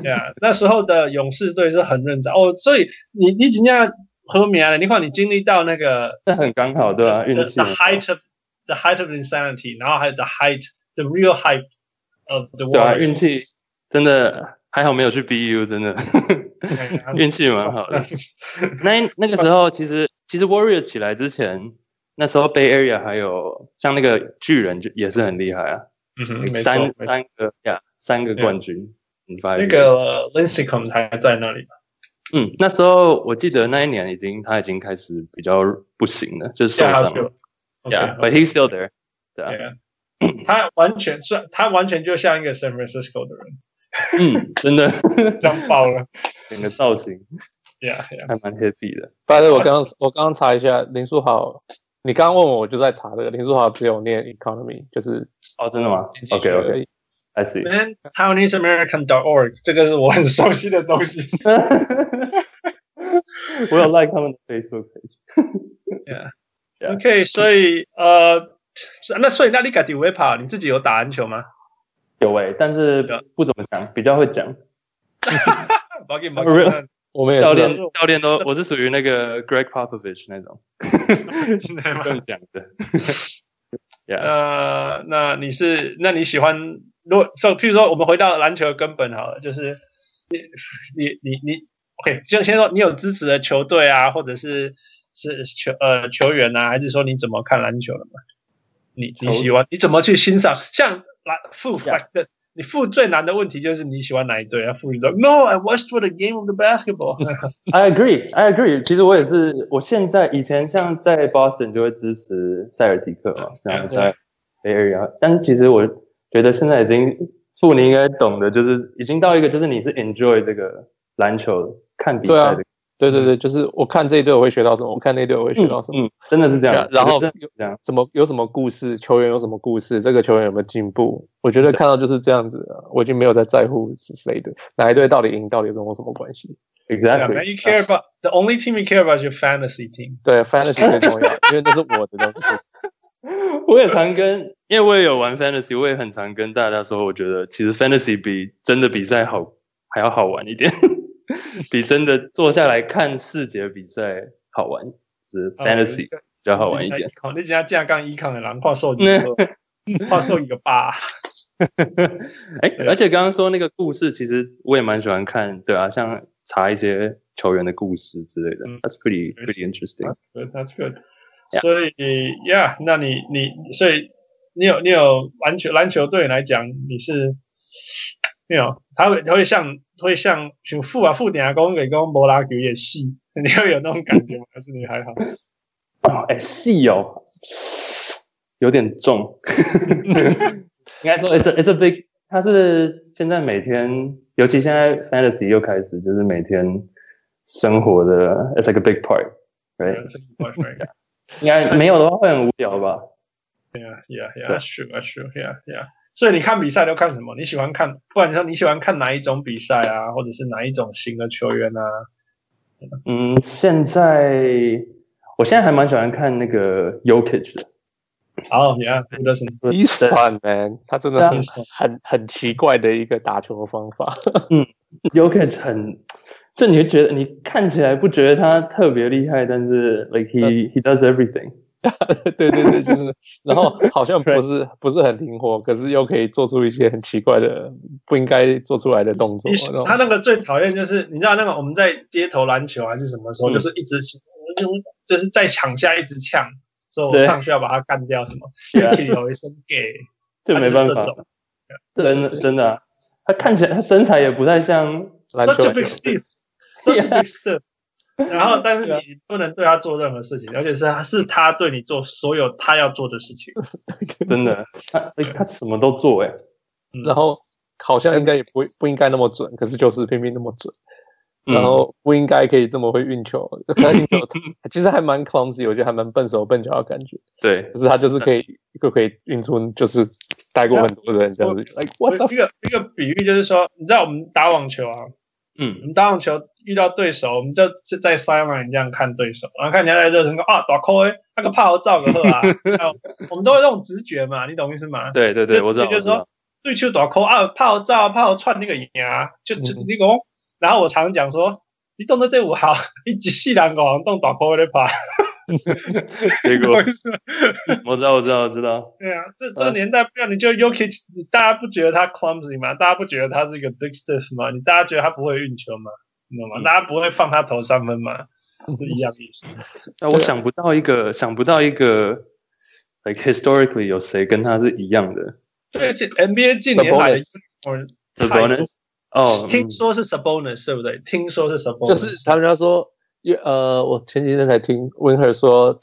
Speaker 4: 对啊，那时候的勇士队是很认真哦，所以你你今天喝眠了，你看你经历到那个
Speaker 5: 那很刚好，对啊，运
Speaker 4: the,
Speaker 5: 气
Speaker 4: the
Speaker 5: 很好。
Speaker 4: height of the height of insanity，然后还有 the height the real height of the
Speaker 5: 对啊，
Speaker 4: world，
Speaker 5: 运气真的还好，没有去 BU，真的
Speaker 4: 哎
Speaker 5: 运气蛮 好的。那那个时候其实其实 Warrior 起来之前，那时候 Bay Area 还有像那个巨人就也是很厉害啊，
Speaker 4: 嗯哼，没错，
Speaker 5: 三
Speaker 4: 没错啊
Speaker 5: 三个呀，三个冠军。in five
Speaker 4: 那
Speaker 5: years
Speaker 4: 个 Lincecum 还在那里吧？
Speaker 5: 嗯，那时候我记得那一年已经他已经开始比较不行了，就是受
Speaker 4: 下
Speaker 5: 伤
Speaker 4: 他去
Speaker 5: 了。
Speaker 4: 了。
Speaker 5: Yeah，but he's still there。对啊，
Speaker 4: Yeah. 他完全是，他完全就像一个 San Francisco 的人，
Speaker 5: 嗯，真的，
Speaker 4: 讲爆了。
Speaker 5: 整个造型
Speaker 4: Yeah, yeah.
Speaker 5: 还蛮 happy 的。
Speaker 2: 反正我刚刚我刚刚查一下林书豪，你刚刚问我，我就在查这个林书豪只有念 economy，就是
Speaker 5: 哦，真的吗
Speaker 2: 经济
Speaker 5: ？OK
Speaker 2: 学而
Speaker 5: OK，
Speaker 2: 已。
Speaker 5: I see。
Speaker 4: Man, TaiwaneseAmerican.org，这个是我很熟悉的东 西。
Speaker 5: 我有 like 他们的 Facebook page。Yeah.
Speaker 4: OK，所以呃，那所以那你改底维跑，你自己有打篮球吗？
Speaker 5: 有诶、但是
Speaker 4: 啊
Speaker 5: 不怎么讲，比较会讲。
Speaker 4: 不要紧
Speaker 5: 不是
Speaker 2: 我们也
Speaker 5: 教
Speaker 2: 是
Speaker 5: 练
Speaker 2: 啊，
Speaker 5: 教练都，我是属于那个 Greg Popovich 那种，
Speaker 4: 不要
Speaker 5: 更
Speaker 4: 紧
Speaker 5: 讲 的。yeah，
Speaker 4: 呃，那你是那你喜欢，如果就譬如说，我们回到篮球的根本好了，就是你你你你，OK，就先说你有支持的球队啊，或者是是球呃球员啊，还是说你怎么看篮球的嘛？你你
Speaker 5: 球
Speaker 4: 喜欢你怎么去欣赏？像篮负
Speaker 5: Yeah.
Speaker 4: 的。你负最难的问题就是你喜欢哪一队啊？负就说 No, I watched for the game of the basketball 。
Speaker 5: I agree, I agree。其实我也是，我现在以前像在 Boston 就会支持塞尔提克嘛，然后在 Bay Area，但是其实我觉得现在已经，父你应该懂的，就是已经到一个就是你是 enjoy 这个篮球看比赛的，
Speaker 2: 对啊对对，就是我看这一队我会学到什么，我看那一队我会学到什么，
Speaker 5: 嗯，真的是这样
Speaker 2: 然。然后
Speaker 5: 我觉得真的是这样，
Speaker 2: 什么有什么故事，球员有什么故事，这个球员有没有进步，我觉得看到就是这样子啊，我已经没有在在乎是谁的哪一队到底赢，到底跟我什么关系。
Speaker 4: Yeah, man, you care
Speaker 5: Exactly.
Speaker 4: about the only team you care about is your fantasy team.
Speaker 2: 对，fantasy 最重要，因为那是我的 东西。
Speaker 5: 我也常跟，因为我也有玩 fantasy，我也很常跟大家说，我觉得其实 fantasy 比真的比赛好还要好玩一点， 比真的坐下来看四节比赛好玩，只是
Speaker 4: Oh，
Speaker 5: fantasy
Speaker 4: 哦
Speaker 5: 比较好玩一点。
Speaker 4: 考那家架杠一抗的狼跨兽一个，跨兽一个 吧。
Speaker 5: 哎、而且刚刚说那个故事，其实我也蛮喜欢看，对啊，像查一些球员的故事之类的
Speaker 4: 嗯
Speaker 5: ，That's pretty pretty interesting。
Speaker 4: That's good. That's good.
Speaker 5: Yeah.
Speaker 4: 所以，Yeah，那你你所以你有你有篮球篮球队来讲，你是没有，他会他会像会像像富啊富点啊，公给公摩拉举也细， 你会有那种感觉吗？还是你 还好？
Speaker 5: 哦，哎，细哦，有 点重。应该说，it's a, it's a big，它是现在每天，尤其现在 fantasy 又开始，就是每天生活的，it's like a big part，right？应该没有的话会很无聊吧？
Speaker 4: Yeah, yeah, yeah.
Speaker 5: 对
Speaker 4: That's true. That's true. Yeah, yeah. 啊所以你看比赛都看什么？你喜欢看，不然你说你喜欢看哪一种比赛啊，或者是哪一种型的球员啊？
Speaker 5: 嗯，现在我现在还蛮喜欢看那个 Yokich 的，
Speaker 4: 哦、oh,，Yeah，who doesn't？
Speaker 2: He's fun man，他真的
Speaker 5: 啊
Speaker 2: 很
Speaker 4: 对
Speaker 2: 很很奇怪的一个打球方法。
Speaker 5: Jokic 很，就你会觉得你看起来不觉得他特别厉害，但是 like he he does everything。
Speaker 2: 对对对，就是，然后好像不是不是很灵活，可是又可以做出一些很奇怪的、不应该做出来的动作
Speaker 4: 你。
Speaker 2: 然后
Speaker 4: 他那个最讨厌就是，你知道那个我们在街头篮球还是什么时候，
Speaker 5: 嗯
Speaker 4: 就是一直就就是在场下一直呛，说我
Speaker 5: 对
Speaker 4: 上去要把他干掉什么。
Speaker 5: 对啊
Speaker 4: Yuki 有一身 gay，
Speaker 5: 这没
Speaker 4: 他
Speaker 5: 办
Speaker 4: 就是
Speaker 5: 法
Speaker 4: 这种，
Speaker 5: 真的真的啊、他看起来他身材也不太像，
Speaker 2: 篮球
Speaker 4: such a big stiff，such a big stiff。然后，但是
Speaker 5: 对啊
Speaker 4: 你不能对他做任何事情，而且是他是他对你做所有他要做的事 情。
Speaker 5: 真的，他他什么都做哎、
Speaker 2: 然后好像应该也不不应该那么准，可是就是偏偏那么准。然后不应该可以这么会运球， 可他运球其实还蛮 clumsy，我觉得还蛮笨手笨脚的感觉。
Speaker 5: 对
Speaker 2: 可是他就是可以就可以运出，就是带过很多人这样子。Like what the
Speaker 4: 一个一个比喻就是说，你知道我们打网球啊，我
Speaker 5: 嗯，
Speaker 4: 们打网球遇到对手，我们就是在 sideline 这样看对手，然后看人家在热身说啊，打 call 那个炮照个贺 啊，还有我们都有那种直觉嘛，你懂意思吗？
Speaker 5: 对对对，我知道，
Speaker 4: 就
Speaker 5: 我
Speaker 4: 是
Speaker 5: 知道
Speaker 4: 说，对球打 call 啊，炮照炮串那个牙，就就
Speaker 2: 嗯
Speaker 4: 那个，哦然后我常讲说。你动作这五好，你一细人个人动打 call 的 怕，
Speaker 5: 结果
Speaker 4: 懂意思吗
Speaker 5: 我知道，我知道，我知 道，
Speaker 4: 对啊，这这年代不要你就 Yuki，你大家不觉得他 clumsy 吗？大家不觉得他是一个 big stiff 吗？你大家觉得他不会运球吗？你懂吗？
Speaker 5: 嗯
Speaker 4: 大家不会放他投三分吗？
Speaker 2: 嗯
Speaker 4: 是一样的意思。
Speaker 5: 但我想不到一个，想不到一个，like historically 有谁跟他是一样的
Speaker 4: 对，而且 NBA 近年来的
Speaker 2: Sabonis
Speaker 4: unicorn
Speaker 5: 这
Speaker 4: 太多
Speaker 5: bonus 哦，嗯
Speaker 4: 听说是 Sabonis 对不对？听说是 Sabonis，
Speaker 2: 就是他们家说，因为呃，我前几天才听温克尔说，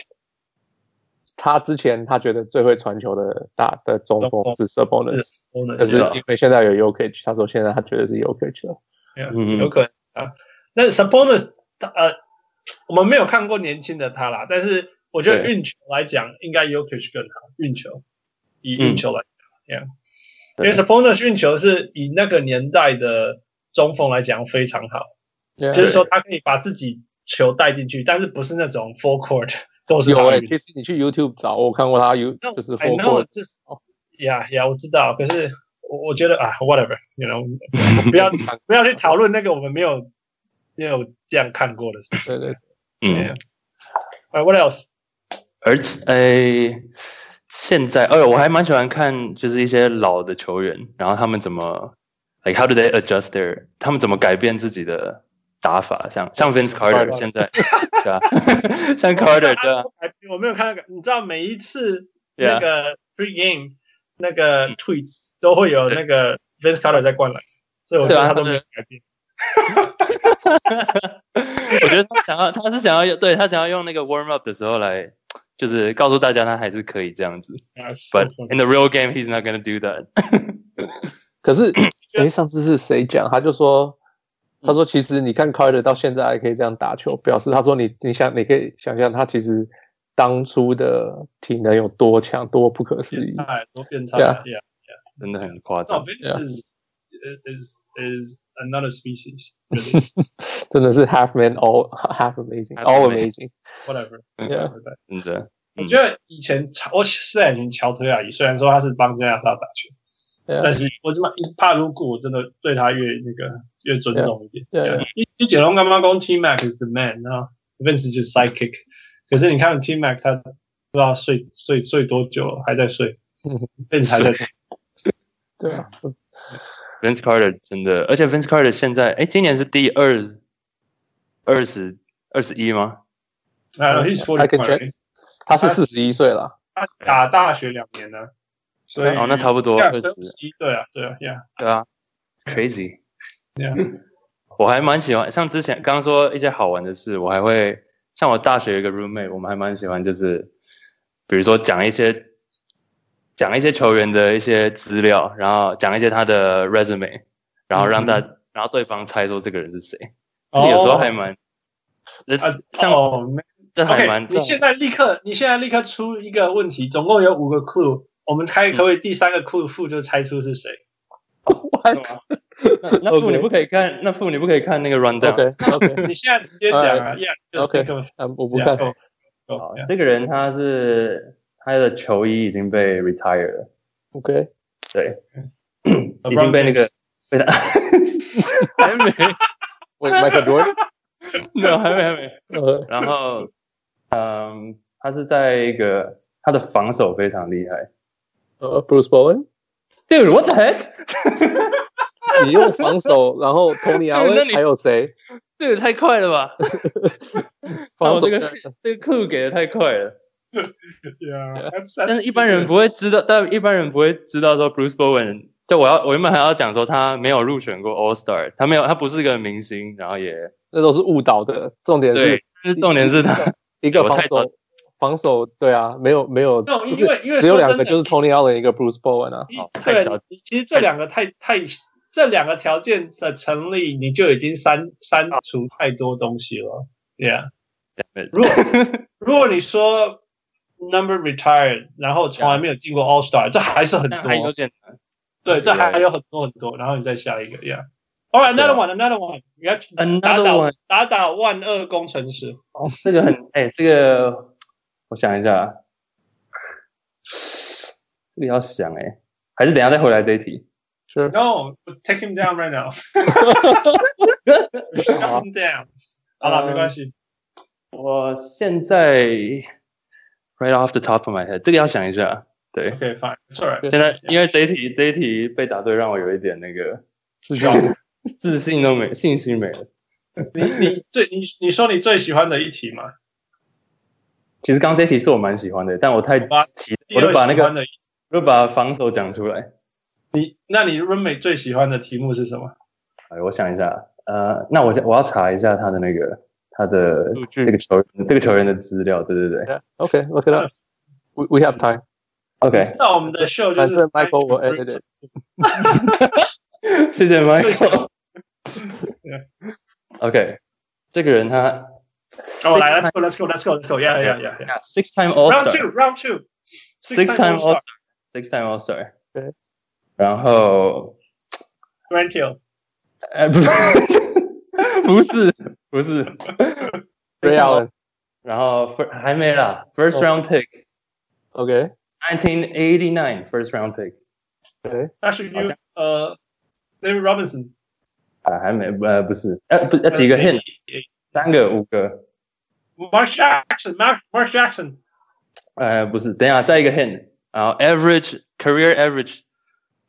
Speaker 2: 他之前他觉得最会传球的大的中锋
Speaker 4: 中锋
Speaker 2: 是 Sabonis，
Speaker 4: 是
Speaker 2: 可
Speaker 4: Sabonis，
Speaker 2: 是
Speaker 5: 是啊
Speaker 2: 因为现在有 u k 他说现在他觉得是 u k 了。
Speaker 5: 嗯
Speaker 4: 有可能啊。那 Sabonis 他呃，我们没有看过年轻的他啦，但是我觉得
Speaker 5: 对
Speaker 4: 运球来讲，应该 Yokich 更好。运球以
Speaker 5: 嗯
Speaker 4: 运球来讲，yeah，因
Speaker 5: 对
Speaker 4: 为 Sabonis 运球是以那个年代的中锋来讲非常好，就
Speaker 2: Yeah
Speaker 4: 是说他可以把自己球带进去，但是不是那种 full court 都是他
Speaker 2: 有
Speaker 4: 的
Speaker 5: 欸
Speaker 2: 哎、
Speaker 4: 运
Speaker 2: 其实你去 YouTube 找，我看过他 U
Speaker 4: 那
Speaker 2: 就是
Speaker 4: I
Speaker 2: Four
Speaker 4: know，
Speaker 2: Court，
Speaker 4: 这是呀呀，我知道，可是我我觉得啊，whatever，you know，我们不要不要去讨论那个我们没有没有这样看过的事情。
Speaker 2: 对对，
Speaker 5: 嗯，
Speaker 4: 哎，what else？
Speaker 5: 而且诶，现在呃，我还蛮喜欢看就是一些老的球员，然后他们怎么，like how do they adjust their，他们怎么改变自己的打法，像像 Vince Carter 现在，对啊， 像 Carter 对啊，
Speaker 4: 我没有看那个，你知道每一次那
Speaker 5: Yeah
Speaker 4: 个 pre game 那个 tweets 都会有那个 Vince Carter 在灌篮，所以我觉得
Speaker 5: 对啊
Speaker 4: 他都没
Speaker 5: 他
Speaker 4: 有
Speaker 5: 的
Speaker 4: 改变。
Speaker 5: 我觉得他想要，他是想要用，对他想要用那个 warm up 的时候来，就是告诉大家他还是可以这样子。
Speaker 4: 啊是
Speaker 5: But in the real game, he's not gonna do that
Speaker 2: 可是哎、上次是谁讲？他就说，他说其实你看 Carter 到现在还可以这样打球，表示他说你你想你可以想象他其实当初的体能有多强，多不可思议
Speaker 4: 变。态，哎多变态
Speaker 2: Yeah
Speaker 4: ！Yeah，
Speaker 5: 真的很夸
Speaker 4: 那
Speaker 5: 张。
Speaker 4: Vince
Speaker 2: Yeah
Speaker 4: is is is another species。
Speaker 2: 真的是 half man all half amazing
Speaker 5: Half
Speaker 2: all
Speaker 5: amazing
Speaker 2: amazing。
Speaker 4: whatever。
Speaker 2: Yeah
Speaker 5: 真的，
Speaker 4: 我
Speaker 5: 嗯
Speaker 4: 觉得以前乔，我是很前乔特亚伊，虽然说他是帮加拿大打球，但
Speaker 2: Yeah
Speaker 4: 是我他妈怕如果我真的对他越那个越尊重一点。
Speaker 2: Yeah
Speaker 4: 你你解龙刚刚讲 T Mac is the man 啊，Vince 就是 sidekick，可是你看 T Mac 他不知道睡睡睡多久了，还在 睡
Speaker 2: 嗯
Speaker 4: ，Vince 还在
Speaker 2: 对啊，
Speaker 5: Vince Carter 真的，而且 Vince Carter 现在，哎，今年是第二二十二十一吗？
Speaker 4: I don't know, 啊 he's
Speaker 2: I can
Speaker 4: forty，
Speaker 2: check 他是四十一岁了。
Speaker 4: 他打大学两年呢，所以
Speaker 5: 哦，那差不多二十，
Speaker 4: 一对啊对啊，Yeah
Speaker 5: 对啊，crazy。
Speaker 4: Yeah，
Speaker 5: 我还蛮喜欢，像之前刚刚说一些好玩的事，我还会像我大学有一个 roommate，我们还蛮喜欢，就是比如说讲一些讲一些球员的一些资料，然后讲一些他的 resume，然后
Speaker 4: 嗯
Speaker 5: 让他、然后对方猜说这个人是谁，这个有时候还蛮，这
Speaker 4: 哦啊
Speaker 5: 像、
Speaker 4: 哦没
Speaker 5: 这还蛮
Speaker 4: OK，你现在立刻，你现在立刻出一个问题，总共有五个 clue，我们猜可不可以第三个 clue 附就猜出是谁？
Speaker 5: 呃
Speaker 2: What？
Speaker 5: 那那父
Speaker 2: OK
Speaker 5: 你不可以看，那父你不可以看那个 rundown。
Speaker 2: OK OK，
Speaker 4: 你现在直接讲啊
Speaker 2: Alright，
Speaker 4: ，Yeah，
Speaker 2: OK，嗯，我 不
Speaker 4: 啊
Speaker 2: 看。
Speaker 5: 好哦这个人他是他的球衣已经被 retire 了，
Speaker 2: OK，
Speaker 5: 对，已经被那个被 他还没，
Speaker 2: 喂，Michael Jordan，
Speaker 5: 没有还没还没。
Speaker 2: 呃，
Speaker 5: 然后，嗯，他是在一个他的防守非常厉害。
Speaker 2: 呃，Bruce Bowen，
Speaker 5: 这个 what the heck？
Speaker 2: 你用防守，然后 Tony
Speaker 5: 那你
Speaker 2: Allen 还有谁？
Speaker 5: 这个太快了 吧！那
Speaker 2: 防
Speaker 5: 我
Speaker 2: 守
Speaker 5: 这个这个 clue 给的太快了。
Speaker 4: ，Yeah，
Speaker 5: 但
Speaker 4: 但
Speaker 5: 是一般人不会知道，但一般人不会知道说 Bruce Bowen。对，我要我原本还要讲说他没有入选过 All Star，他没有，他不是个明星，然后也
Speaker 2: 那都是误导的。重点
Speaker 5: 对
Speaker 2: 是，
Speaker 5: 但是重点是 他
Speaker 2: 一个
Speaker 5: 我
Speaker 2: 防
Speaker 5: 太早
Speaker 2: 守，防守对啊，没有没有，
Speaker 4: No，
Speaker 2: 就
Speaker 4: 因
Speaker 2: 是
Speaker 4: 为因为
Speaker 2: 只有
Speaker 4: 说
Speaker 2: 两
Speaker 4: 真
Speaker 2: 个，
Speaker 4: 的，
Speaker 2: 就是 Tony Allen 一个 Bruce Bowen 啊。
Speaker 4: 你
Speaker 5: 好太早
Speaker 4: 对，你其实这两个太太这两个条件的成立，你就已经删删除太多东西了，Yeah。如果如果你说 number retired，然后从来没有进过 All Star，这还是很
Speaker 5: 但还
Speaker 4: 多啊
Speaker 5: 有。点难。
Speaker 4: 对，这还
Speaker 5: Yeah.
Speaker 4: 有很多很多，然后你再下一个，Yeah。All right,
Speaker 5: 对啊
Speaker 4: another one, another one. 你要
Speaker 5: Another
Speaker 4: 打倒
Speaker 5: one
Speaker 4: 打倒万恶工程师。
Speaker 5: 这个很哎，这个我想一下啊，这个要想哎，还是等一下再回来这一题。
Speaker 2: 是
Speaker 4: No, take him down right now. Shut him down. 好了，
Speaker 5: 嗯
Speaker 4: 没关系。
Speaker 5: 我现在 right off the top of my head，这个要想一下。对，
Speaker 4: OK, fine. It's all right.
Speaker 5: 现在因为这一题这一题被答对，让我有一点那个
Speaker 2: 自己
Speaker 5: 自信都没，信心没了。
Speaker 4: 你你最你你说你最喜欢的一题嘛？
Speaker 5: 其实刚刚这一题是我蛮喜欢的，但我太
Speaker 4: 好吧
Speaker 5: 急，
Speaker 4: 第
Speaker 5: 我
Speaker 4: 二
Speaker 5: 就把那
Speaker 4: 喜欢
Speaker 5: 个
Speaker 4: 的一题
Speaker 5: 我就把防守讲出来。
Speaker 4: 你那你 roommate 最喜欢的题目是什么？
Speaker 5: 哎，我想一下，呃，那我先我要查一下他的那个他的
Speaker 2: 数据
Speaker 5: 这个球员这个球员的资料，对对对
Speaker 2: Yeah. Okay. Look it up. We we have time.
Speaker 5: ，OK，
Speaker 4: 那我们的 show 就
Speaker 2: 反
Speaker 4: 是
Speaker 2: 正 Michael 我
Speaker 5: 呃
Speaker 2: edit
Speaker 5: 谢谢 Michael
Speaker 4: 对。
Speaker 5: OK，这个人他
Speaker 4: 哦，来哎
Speaker 5: six
Speaker 4: let's go let's go let's go let's go yeah yeah yeah, yeah.。
Speaker 5: six time All
Speaker 4: round
Speaker 5: Star
Speaker 4: two round two
Speaker 5: six time All
Speaker 4: All-Star,
Speaker 5: Star six time All Star，
Speaker 2: 对，
Speaker 5: 然后
Speaker 4: Grant Hill
Speaker 5: 哎，不是， 不是，不是
Speaker 2: Ray Allen.
Speaker 5: 然后 fir- 还没啦，first round pick，nineteen
Speaker 2: Okay.
Speaker 5: eighty nine first round pick，
Speaker 2: Okay.
Speaker 4: 那是
Speaker 5: 好
Speaker 4: you
Speaker 5: 像
Speaker 4: 呃 David Robinson Uh,
Speaker 5: 啊，还没，呃，不是，呃，不，呃，几个 hint，三个，五个，
Speaker 4: Mark Jackson Mark Mark Jackson
Speaker 5: 呃，不是，等一下，再一个 hint，然后 average career average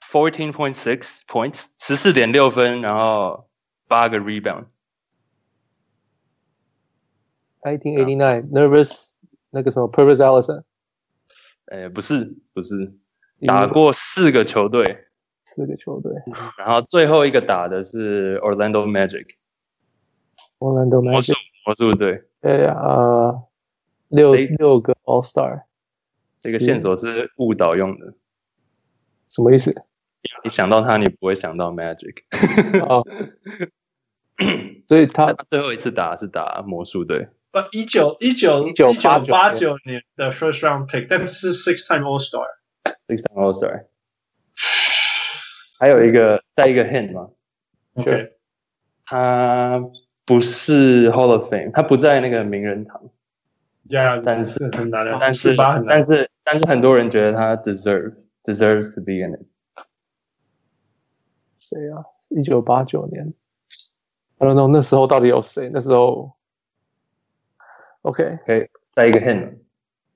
Speaker 5: fourteen point six points，十四点六分，然后八个 rebound，
Speaker 2: 1989. Nervous. 那个什么 Purvis Allison
Speaker 5: 呃，不是，不是，打过四个球队，
Speaker 2: 四个球队
Speaker 5: 然后最后一个打的是 Orlando Magic。
Speaker 2: ，Orlando
Speaker 5: 魔术
Speaker 2: Magic，
Speaker 5: 魔术队，
Speaker 2: 对啊，呃六
Speaker 5: 谁
Speaker 2: 六个 All Star，
Speaker 5: 这个线索是误导用的。
Speaker 2: 什么意思？
Speaker 5: 你想到他，你不会想到 Magic。
Speaker 2: 哦，所以他
Speaker 5: 啊他最后一次打是打魔术队，
Speaker 4: 不一九一九
Speaker 2: 1989
Speaker 4: 八九年的 first round pick，但是是 six time All Star。
Speaker 5: 这个 All Star。还有一个，再一个 hint 嘛，
Speaker 4: OK，
Speaker 5: 他不是 Hall of Fame，他不在那个名人堂，
Speaker 4: 呀，
Speaker 5: 但
Speaker 4: 是很难的，
Speaker 5: 但是
Speaker 4: 八很难
Speaker 5: 但。是但是很多人觉得他 deserve deserves to be in it。
Speaker 2: 谁啊？一九八九年，I don't know 那时候到底有谁？那时候，OK，
Speaker 5: 再一个 hint，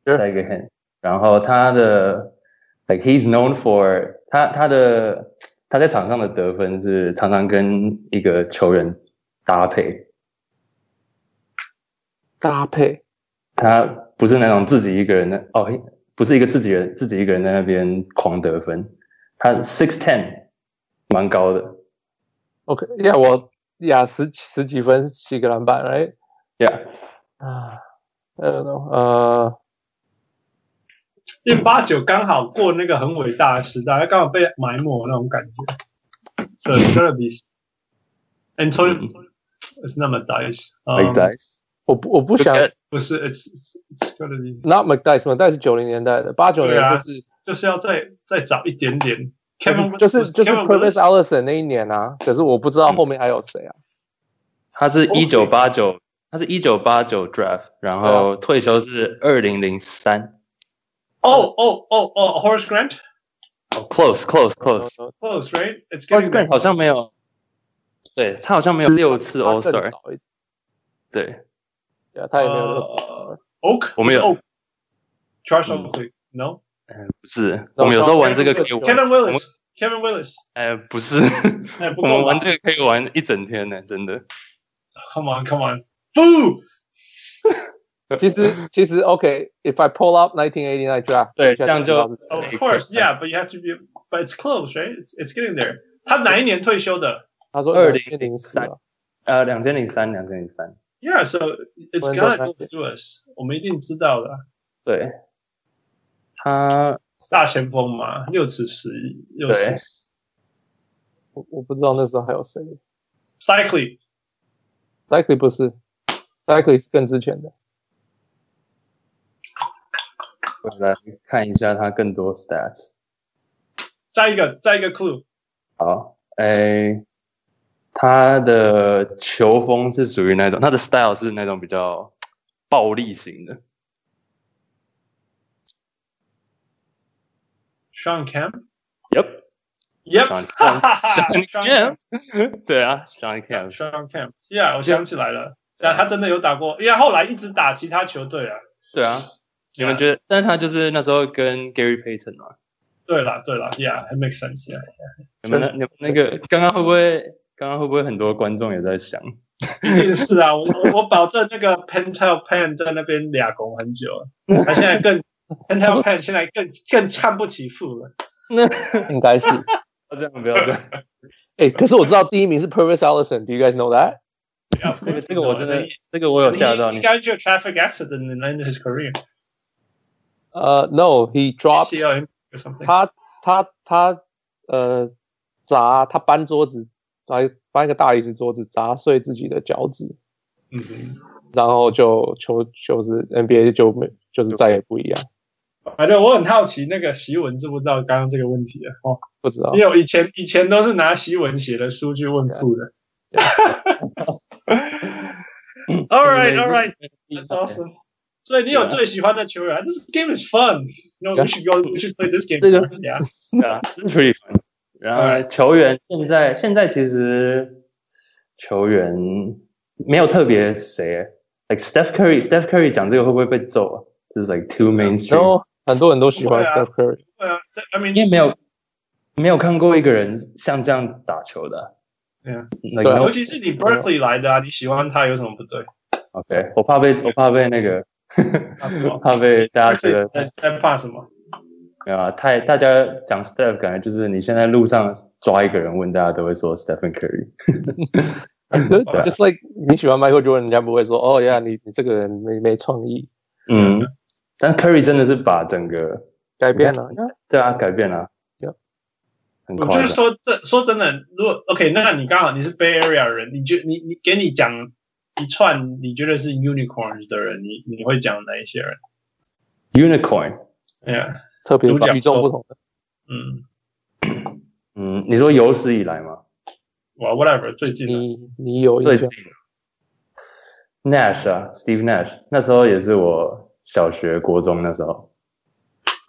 Speaker 2: Sure
Speaker 5: 再一个 hint，然后他的 like he's known for 他他的他在场上的得分是常常跟一个球员搭配，
Speaker 2: 搭配
Speaker 5: 他不是那种自己一个人的哦，嘿不是一个自己人自己一个人在那边狂得分，他 six ten 蛮高的
Speaker 2: ，OK，Yeah，我呀十十几分，七个篮板，Right？
Speaker 5: ，yeah，
Speaker 2: 啊，I don't know，呃，
Speaker 4: 因为八九刚好过那个很伟大的时代，刚好被埋没那种感觉。So it's gonna be Antonio. It's not Matthias.
Speaker 5: Mm-hmm. like
Speaker 4: Um,
Speaker 5: dice，
Speaker 2: 我不我不想
Speaker 5: Good
Speaker 4: 不是，it's it's it's gonna be
Speaker 2: Not McDice，McDice 是九零年代的，八九年
Speaker 4: 对啊
Speaker 2: 就是
Speaker 4: 就是要再再早一点点。
Speaker 2: 就
Speaker 4: Kevin
Speaker 2: 是就是就是
Speaker 4: Kevin
Speaker 2: Purvis
Speaker 4: Willis
Speaker 2: Allison 那一年啊，可是我不知道后面还有谁啊。
Speaker 5: 他是一九八九，他是一九八九 draft，然后退休是二零零三
Speaker 4: 哦哦哦哦，Horace oh, Grant
Speaker 5: ，close close close。
Speaker 4: close right? It's
Speaker 5: George
Speaker 4: getting
Speaker 5: Grant 好像没有，对他好像没有六次 All Star，对
Speaker 2: 对啊，他也没有六次。
Speaker 4: 呃 Oak，
Speaker 5: 我们有
Speaker 4: Charles
Speaker 5: 嗯
Speaker 4: Oakley。No，
Speaker 5: 不是，我
Speaker 2: No，
Speaker 5: 们有时候
Speaker 2: George
Speaker 5: 玩这个
Speaker 2: Grant
Speaker 5: 可以
Speaker 2: 不是
Speaker 5: 玩，
Speaker 4: Kevin Willis，Kevin Willis，
Speaker 5: 哎，不是，
Speaker 4: 哎，不够
Speaker 5: 我们
Speaker 4: 吧
Speaker 5: 玩这个可以玩一整天呢，真的。
Speaker 4: ？Come on，Come on，Boo！
Speaker 2: 其实其实 OK，if I pull up 1989 draft，
Speaker 5: 对
Speaker 2: 一下
Speaker 5: 这样
Speaker 2: 知道
Speaker 5: 就是
Speaker 2: 谁
Speaker 4: Of
Speaker 5: Hey,
Speaker 4: course,
Speaker 5: Chris.
Speaker 4: yeah, but you have to be, but it's close, right? It's it's getting there. 他哪一年退休的
Speaker 2: 他说
Speaker 5: 2003
Speaker 2: 零四啊，
Speaker 5: 呃，两千零三，两千零三，
Speaker 4: ？Yeah, so it's
Speaker 2: 我也
Speaker 4: gonna
Speaker 2: 在
Speaker 4: go through us. 我们一定知道的。
Speaker 5: 对，他
Speaker 4: 大前锋嘛，六尺十一，六尺
Speaker 5: 对
Speaker 2: 我我不知道那时候还有谁。
Speaker 4: cycling
Speaker 2: z a c l y 不是 z a c l y 是更之 前的。
Speaker 5: 我来看一下他更多 stats。
Speaker 4: 再一个再一个 clue，
Speaker 5: 好，哎，他的球风是属于那种，他的 style 是那种比较暴力型的。
Speaker 4: Sean Kemp。
Speaker 5: Yep，
Speaker 4: Yep，
Speaker 5: Sean
Speaker 4: 哈
Speaker 5: Kemp
Speaker 4: 哈哈
Speaker 5: Sean
Speaker 4: Kemp，
Speaker 5: 对啊，Sean Kemp，
Speaker 4: Sean Kemp，Yeah，我想起来了，但他真的有打过，因为后来一直打其他球队啊。
Speaker 5: 对啊，你们
Speaker 4: Yeah
Speaker 5: 觉得？但是他就是那时候跟 Gary Payton 嘛，
Speaker 4: 对啦对啦，Yeah，it makes sense，Yeah。
Speaker 5: 你们那、你们那个刚刚会不会？刚刚会不会很多观众也在想？
Speaker 4: 一定是啊，我我我保证那个 Pentel Pan 在那边俩拱很久了，他现在更 Pentel Pan 现在更更看不起富了。
Speaker 5: 那
Speaker 2: 应该是
Speaker 5: 要 这样，不要这样。
Speaker 2: 哎、可是我知道第一名是 Purvis Allison。Do you guys know that？
Speaker 5: 这个这个我真的， 这个我有吓到
Speaker 4: He
Speaker 5: 你。
Speaker 4: got you a traffic accident and ended his career.
Speaker 2: 呃、n o he dropped
Speaker 4: ACL injury or something.
Speaker 2: 他他他呃砸他搬桌子砸搬一个大理石桌子砸碎自己的脚趾，
Speaker 4: 嗯，
Speaker 2: 然后就球就是 NBA 就没就是再也不一样，
Speaker 4: 反正我很好奇那个习文知不知道刚刚这个问题啊？哦，
Speaker 2: 不知道
Speaker 4: 因为我以前以前都是拿习文写的书去问富的。all right, all right. That's awesome. 所以你有最喜欢的球员？This game is fun. You know, we should go, we should play this game.
Speaker 2: 这个
Speaker 4: Yeah.
Speaker 5: 对 啊 pretty fun。然
Speaker 2: 嗯
Speaker 5: 后球员现在现在其实球员没有特别谁，like Steph Curry，Steph Curry 讲这个会不会被揍啊？就是 like too mainstream，、
Speaker 2: 然后很多人都喜欢
Speaker 4: 对啊
Speaker 2: Steph Curry，
Speaker 4: Well, I mean,
Speaker 5: 因为没有没有看过一个人像这样打球的啊。
Speaker 4: 对啊
Speaker 5: Like
Speaker 2: 对啊
Speaker 5: 没有
Speaker 4: 尤其是你 Berkeley 来的啊，你喜欢他有什么不对？
Speaker 5: OK，我怕被我怕被那个
Speaker 4: 啊什么
Speaker 5: 怕被大家觉得
Speaker 4: Berkeley 在在怕什么？
Speaker 5: 没有啊，太大家讲 Steph，感觉就是你现在路上抓一个人问，大家都会说 Stephen Curry。
Speaker 2: 就是
Speaker 5: 对啊
Speaker 2: just like 你喜欢 Michael Jordan，人家不会说哦呀你你这个人没没创意，
Speaker 5: 嗯，但 Curry 真的是把整个
Speaker 2: 改变了，
Speaker 5: 对啊改变了
Speaker 2: Yeah，
Speaker 5: 很
Speaker 4: 我
Speaker 5: 夸
Speaker 4: 就是
Speaker 5: 张。
Speaker 4: 说这说真的，如果 OK，那你刚好你是 Bay Area 人，你就你你给你讲一串你觉得是 unicorn 的人，你你会讲哪一些人？
Speaker 5: Unicorn，
Speaker 4: 哎呀，
Speaker 2: 特别
Speaker 4: 独角兽
Speaker 2: 与众不同的。
Speaker 4: 嗯，
Speaker 5: 嗯，你说有史以来吗？
Speaker 4: 哇，whatever，最近的
Speaker 2: 你你有
Speaker 5: 最
Speaker 2: 印
Speaker 5: 近
Speaker 2: 象？
Speaker 5: Nash 啊，Steve Nash，那时候也是我小学、国中那时候。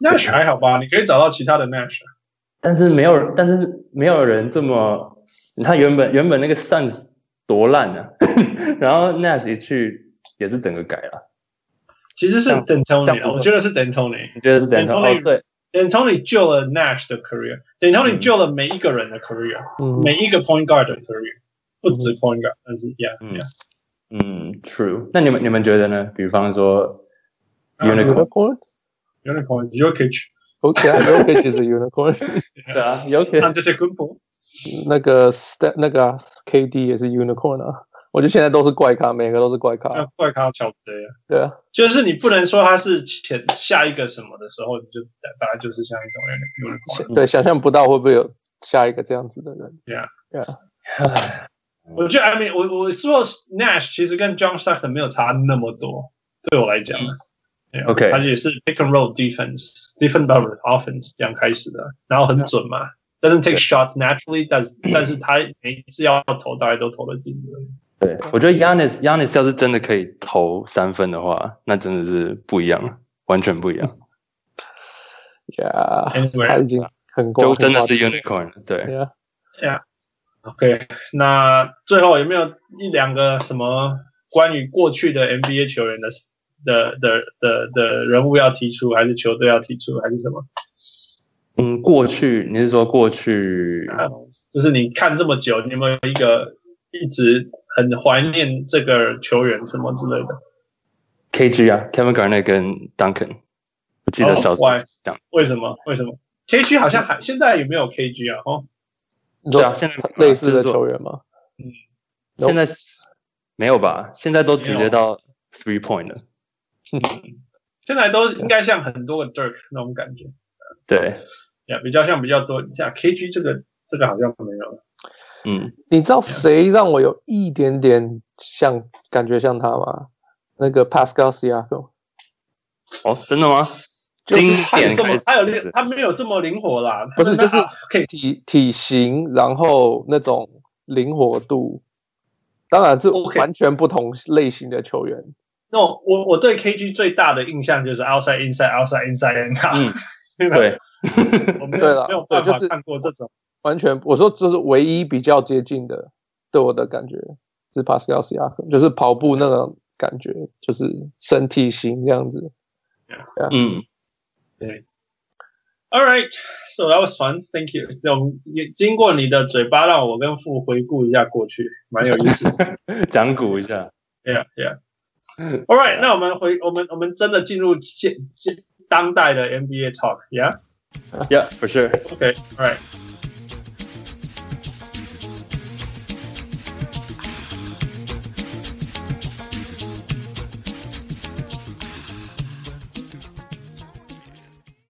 Speaker 4: Nash 还好吧？你可以找到其他的 Nash，啊
Speaker 5: 但是没有，但是没有人这么，他原本原本那个 Suns 多烂啊， 然后 Nash 一去也是整个改了。
Speaker 4: 其实是
Speaker 5: 这样这
Speaker 4: D'Antoni，
Speaker 5: 样
Speaker 4: 啊我觉得是 D'Antoni。
Speaker 5: 你觉得是等于说
Speaker 4: D'Antoni-
Speaker 5: 哦对，
Speaker 4: D'Antoni 救了 Nash 的 career，D'Antoni
Speaker 5: 嗯
Speaker 4: 救了每一个人的 career，、
Speaker 2: 嗯，
Speaker 4: 每一个 point guard 的 career，不止 point guard，但是 yeah，,
Speaker 5: 嗯
Speaker 4: yeah.
Speaker 5: 嗯，True。那你们你们觉得呢？比方说
Speaker 4: 啊
Speaker 5: Unicorn，
Speaker 2: unicorn。
Speaker 4: Unicorn, Jokic,
Speaker 2: OK，啊 Jokic is a unicorn。
Speaker 5: 对啊，有可能
Speaker 4: Antetokounmpo。
Speaker 2: 那个 Step 那个啊 KD 也是 unicorn 啊，我觉得现在都是怪咖，每个都是怪
Speaker 4: 那
Speaker 2: 咖。
Speaker 4: 怪咖乔贼啊！
Speaker 2: 对啊，
Speaker 5: 嗯
Speaker 4: 就是你不能说他是前下一个什么的时候，你就大大概就是像一种人有点
Speaker 2: 对，想象不到会不会有下一个这样子的人。
Speaker 4: 我觉得 I mean，我我说 Nash 其实跟 John Stockton 没有差那么多，对我来讲啊。对啊
Speaker 5: OK
Speaker 4: 他也是 pick and roll defense，different b u t offense 这样开始的，然后很准嘛，doesn't take shots naturally，但是但是他每一次要投，大概都投得进的。
Speaker 5: 对，我觉得 Yanis Yanis 要是真的可以投三分的话，那真的是不一样，完全不一样，
Speaker 2: Yeah，
Speaker 4: Anyway，
Speaker 2: 他已经很高，
Speaker 5: 就真的是
Speaker 2: 很
Speaker 5: Unicorn 了。
Speaker 2: 高
Speaker 5: 对，
Speaker 2: Yeah，
Speaker 4: OK，那最后有没有一两个什么关于过去的 NBA 球员的的的的的人物要提出，还是球队要提出，还是什么？
Speaker 5: 嗯，过去你是说过去
Speaker 4: 啊就是你看这么久，你有没有一个一直很怀念这个球员什么之类的？
Speaker 5: KG 啊，Kevin Garnett 跟 Duncan，我记得
Speaker 4: 哦
Speaker 5: 小时候
Speaker 4: ，why？
Speaker 5: 是这样。
Speaker 4: 为什么？为什么？KG 好像还现在有没有 KG 啊？哦，
Speaker 2: 你说
Speaker 5: 对啊现在
Speaker 2: 类似
Speaker 5: 就是
Speaker 2: 的
Speaker 5: 说
Speaker 2: 球员吗？Nope
Speaker 5: 现在是没有吧？现在都直
Speaker 4: 没有啊
Speaker 5: 接到 three point 了。
Speaker 4: 现在都应该像很多个 Dirk 那种感觉，
Speaker 5: 对，
Speaker 4: 呀、比较像比较多像 KG 这个这个好像没有。
Speaker 5: 嗯，
Speaker 2: 你知道谁让我有一点点像感觉像他吗？那个 Pascal Siakam，
Speaker 5: 哦，真的吗？
Speaker 2: 就
Speaker 5: 经
Speaker 2: 是
Speaker 4: 他有
Speaker 5: 典
Speaker 4: 这
Speaker 5: 开
Speaker 4: 么
Speaker 5: 始，
Speaker 4: 他有练，他没有这么灵活啦。啊
Speaker 2: 不是
Speaker 4: 他
Speaker 2: 就是
Speaker 4: 可以
Speaker 2: 体体型，然后那种灵活度，当然这
Speaker 4: OK
Speaker 2: 完全不同类型的球员。
Speaker 4: 那我我我对 KG 最大的印象就是 outside inside outside inside and out，
Speaker 5: 嗯，
Speaker 4: 对吧
Speaker 5: 对，
Speaker 4: 我没
Speaker 2: 对
Speaker 4: 有
Speaker 2: 了
Speaker 4: 没有办
Speaker 2: 对就
Speaker 4: 法
Speaker 2: 是
Speaker 4: 看过这种。
Speaker 2: 完全，我说这是唯一比较接近的，对我的感觉是 Pascal s i a k 就是跑步那种感觉，就是身体型这样子。
Speaker 5: 嗯，
Speaker 4: All right, so that was fun. Thank you. 我们也经过你的嘴巴，让我跟父回顾一下过去，蛮有意 思的。
Speaker 5: 讲古一下。
Speaker 4: yeah, yeah. All right，那我们回我们我们真的进入现现当代的 NBA talk。Yeah.
Speaker 5: Yeah, for sure.
Speaker 4: OK. All right.